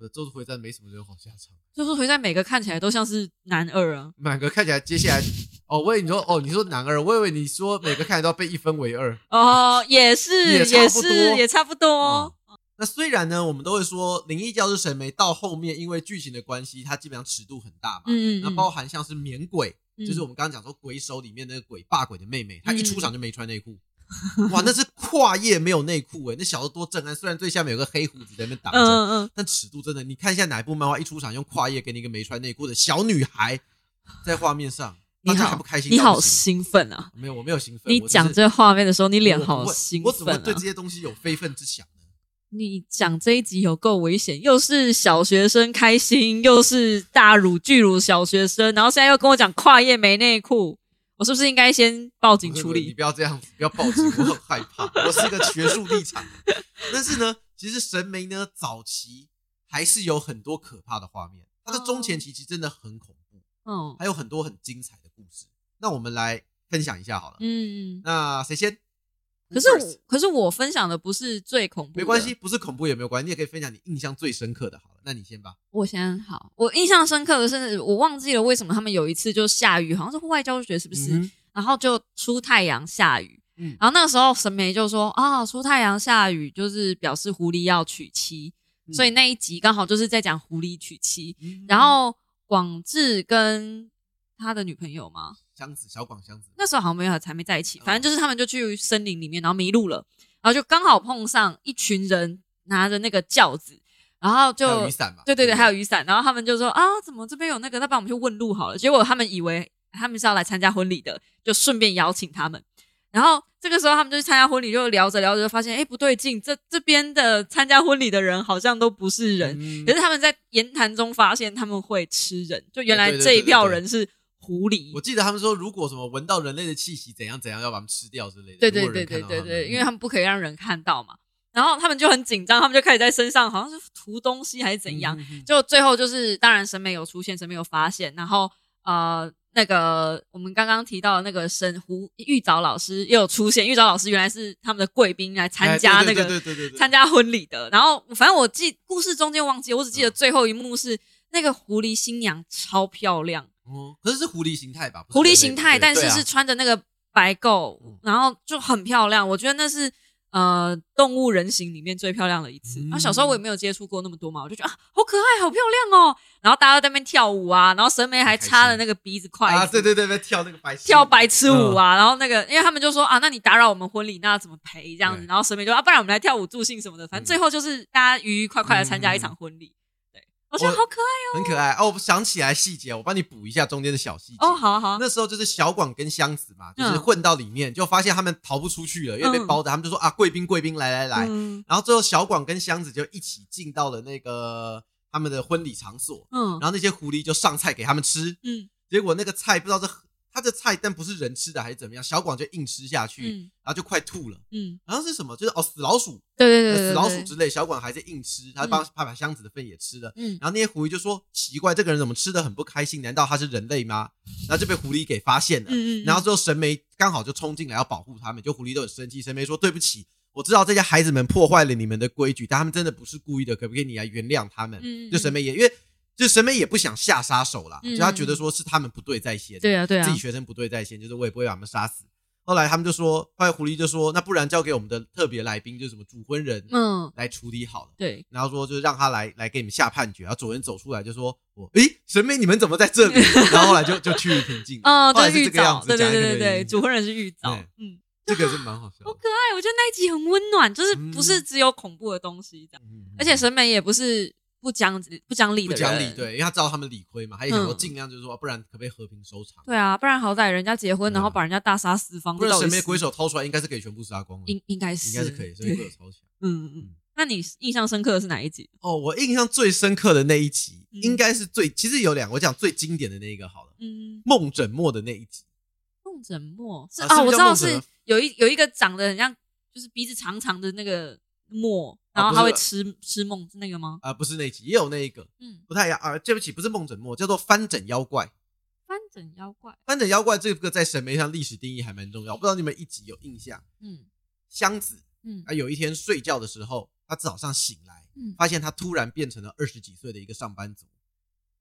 A: 的《咒术回战》没什么人好下场，
B: 就是回在每个看起来都像是男二啊，
A: 满个看起来接下来，哦，我以为你说哦，你说男二，我以为你说每个看起来都要被一分为二。
B: 哦，也是
A: 也差
B: 也
A: 不多
B: 是也差不多、
A: 哦那虽然呢，我们都会说《灵异教师神媒》到后面，因为剧情的关系，它基本上尺度很大嘛。
B: 嗯嗯
A: 那
B: 嗯
A: 包含像是免鬼，
B: 嗯
A: 就是我们刚刚讲说鬼手里面那个鬼霸鬼的妹妹，她一
B: 嗯
A: 出场就没穿内裤，哇，那是跨页没有内裤欸诶，那小的多正安，虽然最下面有个黑胡子在那边挡
B: 嗯
A: 着，
B: 嗯嗯，
A: 但尺度真的，你看一下哪一部漫画一出场用跨页给你一个没穿内裤的小女孩在画面上，
B: 你
A: 大家
B: 好
A: 还不开心？
B: 你
A: 到不
B: 好
A: 行
B: 兴奋啊！
A: 没有，我没有兴奋。
B: 你
A: 我只
B: 讲
A: 是
B: 这画面的时候，你脸
A: 我
B: 好
A: 不会
B: 兴
A: 我怎
B: 奋
A: 么对
B: 啊
A: 这！些东西有非分之想呢？
B: 你讲这一集有够危险，又是小学生开心，又是大乳巨乳小学生，然后现在又跟我讲跨页没内裤，我是不是应该先报警
A: 不是
B: 处
A: 不是你
B: 理？
A: 不要这样子，不要报警，我很害怕。我是一个学术立场的，但是呢，其实神媒呢早期还是有很多可怕的画面，它的中前期其实真的很恐怖，
B: 嗯
A: 还有很多很精彩的故事。那我们来分享一下好了。
B: 嗯，
A: 那谁先？
B: 可是
A: First
B: 我可是我分享的不是最恐怖，
A: 没关系，。不是恐怖也没有关系，你也可以分享你印象最深刻的。好了，那你先吧。
B: 我先好，我印象深刻的是，我忘记了为什么他们有一次就下雨，好像是户外教学是不是？啊
A: 嗯哼
B: 然后就出太阳下雨，
A: 嗯
B: 然后那个时候神媒就说啊，出太阳下雨就是表示狐狸要娶妻，
A: 嗯
B: 所以那一集刚好就是在讲狐狸娶妻，
A: 嗯
B: 然后广志跟他的女朋友嘛，
A: 箱子小广箱子，
B: 那时候好像没有还没在一起，
A: 哦
B: 反正就是他们就去森林里面，然后迷路了，然后就刚好碰上一群人拿着那个轿子，然后就
A: 还有雨伞吧？
B: 对对对，还有
A: 雨。
B: 雨伞。然后他们就说啊，怎么这边有那个？那帮我们去问路好了。结果他们以为他们是要来参加婚礼的，就顺便邀请他们。然后这个时候他们就去参加婚礼，就聊着聊着就发现，哎，不对劲，这这边的参加婚礼的人好像都不是人。
A: 嗯
B: 可是他们在言谈中发现他们会吃人，就原
A: 哎
B: 来
A: 对对
B: 这一
A: 对对
B: 票
A: 对
B: 人是狐狸。
A: 我记得他们说，如果什么闻到人类的气息，怎样怎样，要把他们吃掉之类的。
B: 对
A: 如
B: 对
A: 果人
B: 对对
A: 看到
B: 对
A: 他们嗯
B: 对，因为他们不可以让人看到嘛。然后他们就很紧张，他们就开始在身上好像是涂东西还是怎样，
A: 嗯嗯嗯
B: 就最后就是，当然神美有出现，神美有发现，然后呃，那个我们刚刚提到的那个神胡玉藻老师也有出现，玉藻老师原来是他们的贵宾来参加
A: 哎
B: 那
A: 对
B: 个
A: 对对对对对
B: 参加婚礼的。然后反正我记故事中间忘记，我只记得最后一幕是那个狐狸新娘超漂亮，
A: 哦，可是是狐狸形态吧？不是
B: 狐
A: 人类
B: 狸
A: 吧
B: 形态，
A: 对
B: 但
A: 对
B: 是
A: 啊
B: 是穿着那个白垢
A: 嗯，
B: 然后就很漂亮。我觉得那是呃动物人形里面最漂亮的一次。
A: 嗯
B: 然后小时候我也没有接触过那么多嘛，我就觉得啊好可爱，好漂亮哦。然后大家都在那边跳舞啊，然后审美还插了那个鼻子筷子，
A: 啊，对对对对，跳那个白痴
B: 跳白痴舞
A: 嗯
B: 啊，然后那个，因为他们就说啊，那你打扰我们婚礼，那怎么赔这样子？
A: 对
B: 然后审美就啊，不然我们来跳舞助兴什么的，反正最后就是大家愉愉快快的参加一场婚礼。对，
A: 嗯
B: 我觉得
A: 我
B: 好可爱
A: 很可爱哦。我想起来细节，我帮你补一下中间的小细节。
B: 哦，好啊好啊，
A: 那时候就是小广跟湘子嘛，就是
B: 嗯
A: 混到里面，就发现他们逃不出去了，因为被
B: 嗯
A: 包着，他们就说啊，贵宾贵宾来来来。
B: 嗯
A: 然后最后小广跟湘子就一起进到了那个他们的婚礼场所，
B: 嗯
A: 然后那些狐狸就上菜给他们吃，
B: 嗯
A: 结果那个菜不知道是它的菜，但不是人吃的还是怎么样，小广就硬吃下去，
B: 嗯
A: 然后就快吐了。
B: 嗯，
A: 好像是什么，就是哦死老鼠，呃
B: 对对对对
A: 死
B: 对，
A: 老鼠
B: 对
A: 之类，小广还在硬吃，他帮他把箱子的粪也吃了。
B: 嗯
A: 然后那些狐狸就说：“奇怪，这个人怎么吃的很不开心？难道他是人类吗？”然后就被狐狸给发现了。
B: 嗯嗯，
A: 然后之后神媒刚好就冲进来要保护他们，就狐狸都很生气。神媒说：“对不起，我知道这些孩子们破坏了你们的规矩，但他们真的不是故意的，可不可以你来原谅他们？”
B: 嗯嗯
A: 就神媒也因为就神媒也不想下杀手啦，
B: 嗯
A: 就他觉得说是他们不对在先，
B: 对啊对啊
A: 自己学生不对在先，就是我也不会把他们杀死。后来他们就说，后来狐狸就说，那不然交给我们的特别来宾，就是什么主婚人
B: 嗯，
A: 来处理好了。
B: 对，
A: 然后说就是让他来来给你们下判决。然后主人走出来就说：“我诶，神媒你们怎么在这 里？”然后后来就就趋于平静。
B: 哦，
A: 后来
B: 对
A: 是
B: 玉
A: 这个样
B: 藻，
A: 子，
B: 对对
A: 讲一个
B: 对
A: 原
B: 对对，
A: 因
B: 主婚人是玉藻
A: 对，
B: 嗯，
A: 这个是蛮好笑
B: 好
A: 的。
B: 可爱，我觉得那一集很温暖，就是
A: 嗯
B: 不是只有恐怖的东西这样，
A: 嗯
B: 而且审美也不是不讲不讲理
A: 不
B: 的
A: 讲理，
B: 人，
A: 对，因为他知道他们理亏嘛，他也想说
B: 嗯
A: 尽量就是说，不然可不可以和平收场？
B: 对啊，不然好歹人家结婚，
A: 对啊
B: 然后把人家大杀四方，
A: 不
B: 这
A: 然
B: 到底
A: 神
B: 是
A: 媒鬼手掏出来应该是可以全部杀光了，应
B: 应应该是
A: 该是可以，神媒鬼
B: 对，
A: 手掏起来。
B: 嗯嗯嗯。那你印象深刻的是哪一集？
A: 哦，我印象最深刻的那一集，
B: 嗯
A: 应该是最其实有两个，我讲最经典的那一个好了，
B: 嗯，
A: 梦枕墨的那一集。
B: 梦枕墨是
A: 啊是不
B: 啊，
A: 是
B: 我知
A: 叫
B: 道
A: 梦枕
B: 是
A: 啊
B: 有一有一个长得很像，就是鼻子长长的那个墨，然
A: 啊
B: 后
A: 不是
B: 他会吃吃梦，是那个吗？
A: 啊、不是那一集，也有那一个
B: 嗯，
A: 不太一样啊。对不起，不是梦枕墨，叫做翻枕妖怪。
B: 翻枕妖怪，
A: 翻枕妖怪这个在审美上历史定义还蛮重要，不知道你们一集有印象？
B: 嗯
A: 箱子
B: 嗯
A: 啊，有一天睡觉的时候，他早上醒来，
B: 嗯
A: 发现他突然变成了二十几岁的一个上班族，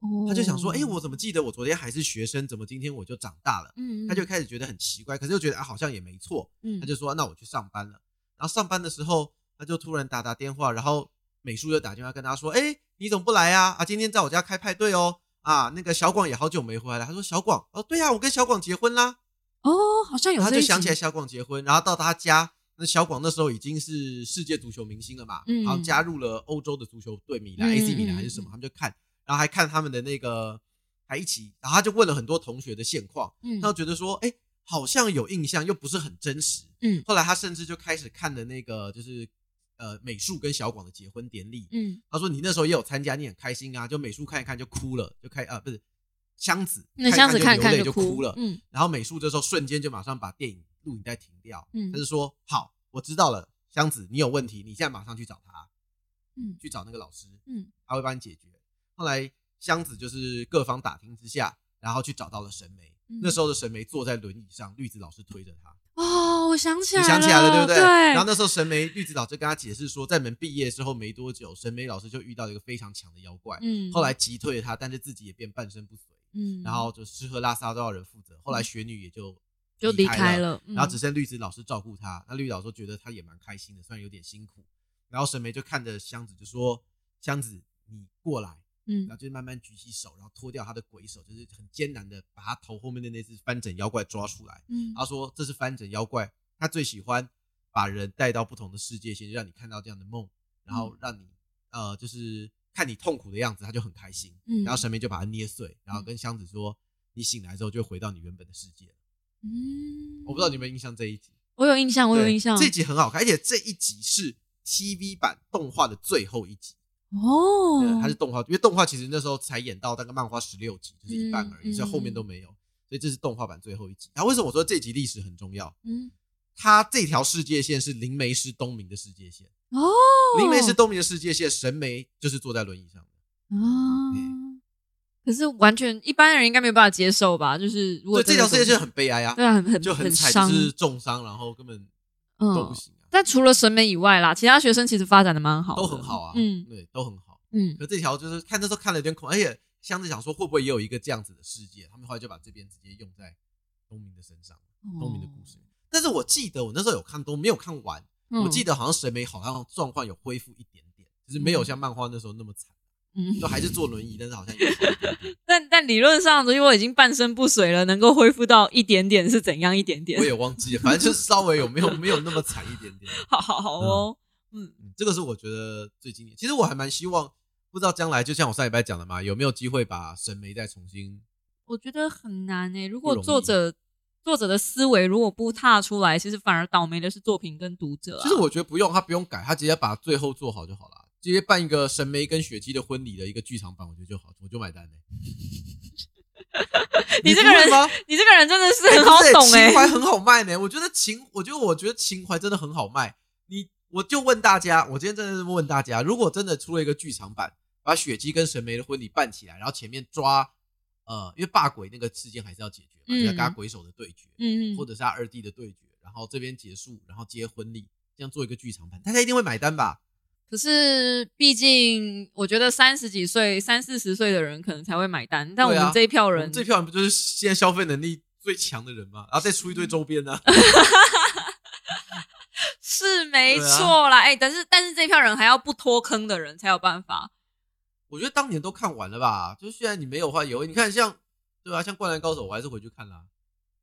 B: 哦
A: 他就想说，哎、我怎么记得我昨天还是学生，怎么今天我就长大了？
B: 嗯，嗯
A: 他就开始觉得很奇怪，可是又觉得啊，好像也没错，
B: 嗯
A: 他就说啊那我去上班了。然后上班的时候，他就突然打打电话，然后美术就打电话跟他说：“哎，你怎么不来啊？啊，今天在我家开派对哦。啊，那个小广也好久没回来了。”他说：“小广，哦，对呀、我跟小广结婚啦。
B: 哦，好像”有
A: 然后他
B: 这
A: 就
B: 一集
A: 想起来小广结婚，然后到他家，那小广那时候已经是世界足球明星了嘛，
B: 嗯
A: 然后加入了欧洲的足球队米兰、
B: 嗯
A: AC 米兰还是什么，
B: 嗯
A: 他
B: 嗯
A: 们就看，然后还看他们的那个，还一起，然后他就问了很多同学的现况。
B: 嗯
A: 他就觉得说，哎、好像有印象，又不是很真实。
B: 嗯
A: 后来他甚至就开始看了那个，就是呃，美术跟小广的结婚典礼。
B: 嗯
A: 他说你那时候也有参加，你很开心啊，就美术看一看就哭了，就开啊、不是箱子，
B: 那箱子
A: 看
B: 看
A: 一
B: 一看
A: 就流泪
B: 哭
A: 哭了。
B: 嗯
A: 然后美术这时候瞬间就马上把电影录影带停掉，
B: 嗯
A: 他就说好，我知道了，箱子你有问题，你现在马上去找他，
B: 嗯
A: 去找那个老师，
B: 嗯，
A: 他会帮你解决。后来箱子就是各方打听之下，然后去找到了神梅。
B: 嗯
A: 那时候的神梅坐在轮椅上，绿子老师推着她。
B: 哦，我想起来
A: 你
B: 了，
A: 想起来了对不
B: 对？
A: 然后那时候神梅绿子老师跟他解释说，在你们毕业之后没多久，神梅老师就遇到了一个非常强的妖怪，
B: 嗯，
A: 后来击退了他，但是自己也变半身不遂，
B: 嗯，
A: 然后就吃喝拉撒都要人负责。后来雪女也就
B: 就离
A: 离
B: 开
A: 了，
B: 了，嗯
A: 然后只剩绿子老师照顾他。那绿子老师觉得他也蛮开心的，虽然有点辛苦。然后神梅就看着箱子就说：“箱子，你过来。”
B: 嗯
A: 然后就是慢慢举起手，然后脱掉他的鬼手，就是很艰难的把他头后面的那只翻枕妖怪抓出来。
B: 嗯
A: 他说这是翻枕妖怪，他最喜欢把人带到不同的世界线，让你看到这样的梦，然
B: 嗯
A: 后让你呃就是看你痛苦的样子，他就很开心。
B: 嗯
A: 然后神明就把它捏碎，然后跟箱子说。你醒来之后就会回到你原本的世界。
B: 嗯，
A: 我不知道你有没有印象这一集，
B: 我有印象，我有
A: 对
B: 印象，
A: 这集很好看，而且这一集是 TV 版动画的最后一集。
B: 哦
A: 对，，它是动画，因为动画其实那时候才演到大概漫画十六集，就是一半而已，
B: 嗯
A: 所以后面都没有。所以这是动画版最后一集。然后为什么我说这集历史很重要？
B: 嗯
A: 它这条世界线是灵媒师东明的世界线，
B: 哦，
A: 灵媒师东明的世界线，神媒就是坐在轮椅上的。
B: 啊
A: 对。
B: 可是完全一般人应该没有办法接受吧？就是如
A: 所
B: 果
A: 以这
B: 真的
A: 条世界线很悲哀啊，
B: 对啊，很很
A: 就很惨，
B: 伤。
A: 就是重伤，然后根本都不
B: 嗯，
A: 行啊，
B: 但除了审美以外啦，其他学生其实发展的蛮好的，
A: 都很好啊，
B: 嗯
A: 对，都很好。
B: 嗯
A: 可这条就是看那时候看了有点恐，而且箱子想说会不会也有一个这样子的世界，他们后来就把这边直接用在东明的身上。
B: 哦
A: 东明的故事。嗯但是我记得我那时候有看都没有看完，我记
B: 得，
A: 得好像神美好像状况有恢复一点点，就是没有像漫画那时候那么惨，
B: 嗯，
A: 就还是坐 轮椅，但是好像也好一点点
B: 但但理论上，如果已经半身不遂了，能够恢复到一点点是怎样一点点
A: 我？也忘记了，反正就是稍微有没 有没有那么惨一点点。
B: 好好好哦，嗯
A: 嗯，这个是我觉得最经典。其实我还蛮希望，不知道将来就像我上礼拜讲的嘛，有没有机会把神媒再重新
B: 我觉得很难诶、如
A: 不
B: 果
A: 容易
B: 作者作者的思维如果不踏出来，其实反而倒霉的是作品跟读者、啊。
A: 其实我觉得不用，他不用改，他直接把最后做好就好了，直接办一个神眉跟雪姬的婚礼的一个剧场版，我觉得就好，我就买 单嘞、
B: 你这个
A: 不会
B: 人
A: 吗？
B: 你这个人真的是很好懂欸
A: 哎
B: 诶、
A: 情怀很好卖呢、我觉得情，我觉得我觉得情怀真的很好卖。你，我就问大家，我今天真的是问大家，如果真的出了一个剧场版，把雪姬跟神眉的婚礼办起来，然后前面抓，呃，因为霸鬼那个事件还是要解决嘛，
B: 嗯
A: 就要跟他鬼手的对决，
B: 嗯嗯，
A: 或者是他二弟的对决，然后这边结束，然后接婚礼，这样做一个剧场版，大家一定会买单吧？
B: 可是毕竟我觉得三十几岁、三四十岁的人可能才会买单，但我
A: 对啊
B: 们这一票
A: 我
B: 人，
A: 们这票人不就是现在消费能力最强的人吗？然后再出一堆周边呢、
B: 是没
A: 啊
B: 错啦，哎、但是但是这票人还要不脱坑的人才有办法。
A: 我觉得当年都看完了吧，就是现在你没有的话，有你看像对啊，像《灌篮高手》，我还是回去看啦，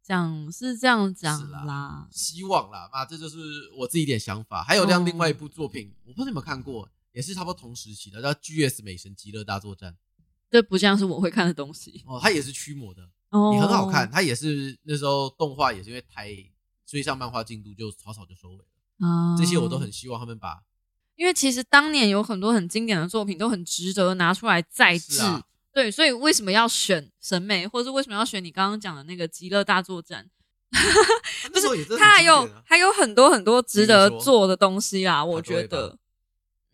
B: 讲是这样讲
A: 是啦
B: 啦，
A: 希望啦，啊那这就是我自己一点想法。还有像
B: 哦
A: 另外一部作品，我不知道你有没有看过，也是差不多同时期的，叫《G.S. 美神极乐大作战》
B: 这不像是我会看的东西。
A: 哦，它也是驱魔的，
B: 哦，
A: 也很好看。它也是那时候动画也是因为太追上漫画进度，就草草就收尾了。
B: 啊
A: 这些我都很希望他们把
B: 因为其实当年有很多很经典的作品都很值得拿出来再
A: 是
B: 制。
A: 啊
B: 对，所以为什么要选审美，或者是为什么要选你刚刚讲的那个《极乐大作战》？
A: 那时候也真的
B: 它
A: 很
B: 还
A: 经典啊
B: 有还有很多很多值得做的东西啦，我
A: 比如说
B: 觉得。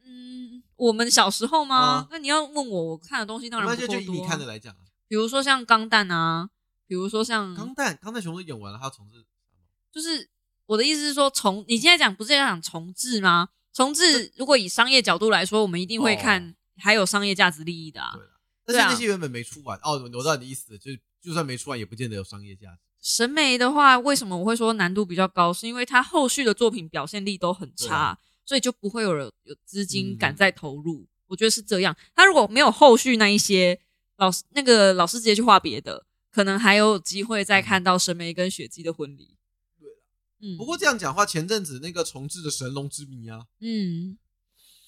B: 嗯，我们小时候吗？
A: 啊
B: 那你要问我，我看的东西当
A: 我
B: 然
A: 们
B: 不
A: 就
B: 够
A: 就
B: 多。
A: 以你看的来讲啊，
B: 比如说像钢弹啊，比如说像
A: 钢弹钢弹熊都演完了，他要重置
B: 就是我的意思是说重，你现在讲不是在讲重置吗？重置如果以商业角度来说，我们一定
A: 哦
B: 会看还有商业价值利益的啊。
A: 对但是那些原本没出完哦，我知道你的意思，就是就算没出完，也不见得有商业价值。
B: 审美的话，为什么我会说难度比较高？是因为它后续的作品表现力都很
A: 对
B: 差，
A: 啊
B: 所以就不会有人有资金
A: 嗯
B: 敢再投入。我觉得是这样。他如果没有后续那一些老师，那个老师直接去画别的，可能还有机会再看到审美跟雪姬的婚礼。对嗯，
A: 嗯不过这样讲话，前阵子那个重置的《神龙之谜》啊，
B: 嗯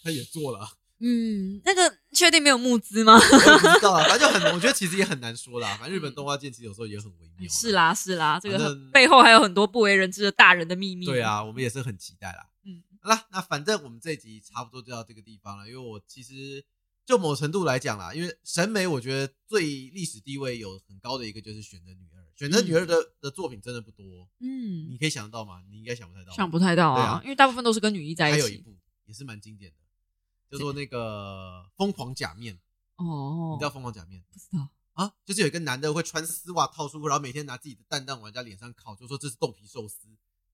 A: 他也做了啊，
B: 嗯，那个确定没有募资吗？
A: 我也不知道啊，反正就很，我觉得其实也很难说啦。反正日本动画界其实有时候也很微妙。
B: 是，啦是啦，这个
A: 反正
B: 很背后还有很多不为人知的大人的秘密。
A: 对，啊，我们也是很期待啦。
B: 嗯
A: 好啦，那反正我们这一集差不多就到这个地方了，因为我其实就某程度来讲啦，因为审美我觉得最历史地位有很高的一个就是选择女二，选择女二的、的作品真的不多，
B: 嗯，
A: 你可以想得到吗？你应该想不太到吧，
B: 想不太到
A: 对
B: 啊
A: 啊，
B: 因为大部分都是跟女一在
A: 还
B: 一
A: 有一
B: 起。
A: 部也是蛮经典的，叫做那个《疯狂假面》，
B: 哦，
A: 你知道《疯狂假面》
B: 不知道？
A: 啊？就是有一个男的会穿丝袜套束裤，然后每天拿自己的蛋蛋往人家脸上靠，就说这是豆皮寿司，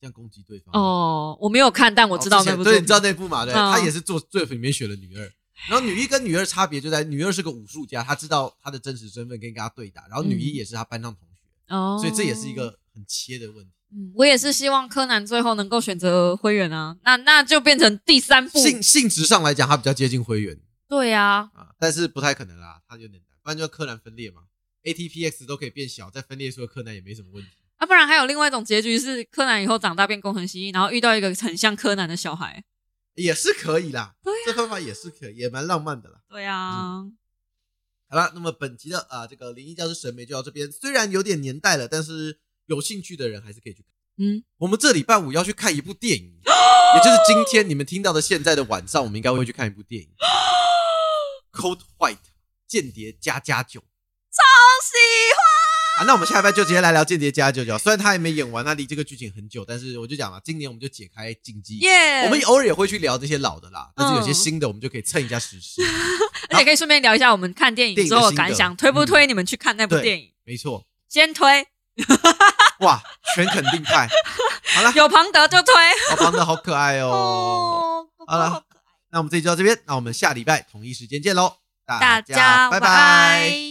A: 这样攻击对方。
B: 哦，我没有看，但我
A: 哦，
B: 知道
A: 之前
B: 那部作
A: 对，
B: 品。
A: 你知道那部嘛？对，
B: 嗯
A: 他也是做作品里面选了女二。然后女一跟女二差别就在女二是个武术家，她知道她的真实身份，跟跟她对打。然后女一
B: 嗯
A: 也是她班上同学，
B: 哦，
A: 所以这也是一。个很切的问题。
B: 嗯，我也是希望柯南最后能够选择灰原啊，那那就变成第三部。
A: 性性质上来讲，她比较接近灰原
B: 对啊，
A: 啊，但是不太可能啦，她有点难。不然就柯南分裂嘛，ATPX 都可以变小，再分裂出的柯南也没什么问题。
B: 啊，不然还有另外一种结局是柯南以后长大变工藤新一，然后遇到一个很像柯南的小孩。
A: 也是可以啦，这方法也是可以，也蛮浪漫的啦。
B: 对啊，
A: 好啦，那么本集的啊、这个灵异教师审美就到这边，虽然有点年代了，但是有兴趣的人还是可以去看。
B: 嗯，
A: 我们这礼拜五要去看一部电影，也就是今天你们听到的现在的晚上，我们应该会去看一部电影《Cold White》间谍加加九
B: 恭
A: 啊。那我们下礼拜就直接来聊间谍加加九九，虽然他还没演完，他离这个剧情很久，但是我就讲嘛，今年我们就解开禁忌。
B: 喜耶！
A: 我们偶尔也会去聊这些老的啦，但是
B: 嗯
A: 有些新的我们就可以蹭一下时事。
B: 而且可以顺便聊一下我们看电影之后的感想，
A: 电影的心得
B: 推
A: 嗯
B: 不推你们去看那部
A: 对
B: 电影？
A: 没错，
B: 先推，
A: 哇，全肯定派。好啦，
B: 有庞德就推。
A: 好庞德好可爱哦。
B: 哦，
A: 好了，那我们这集就到这边，那我们下礼拜同一时间见喽，
B: 大家
A: 拜
B: 晚安。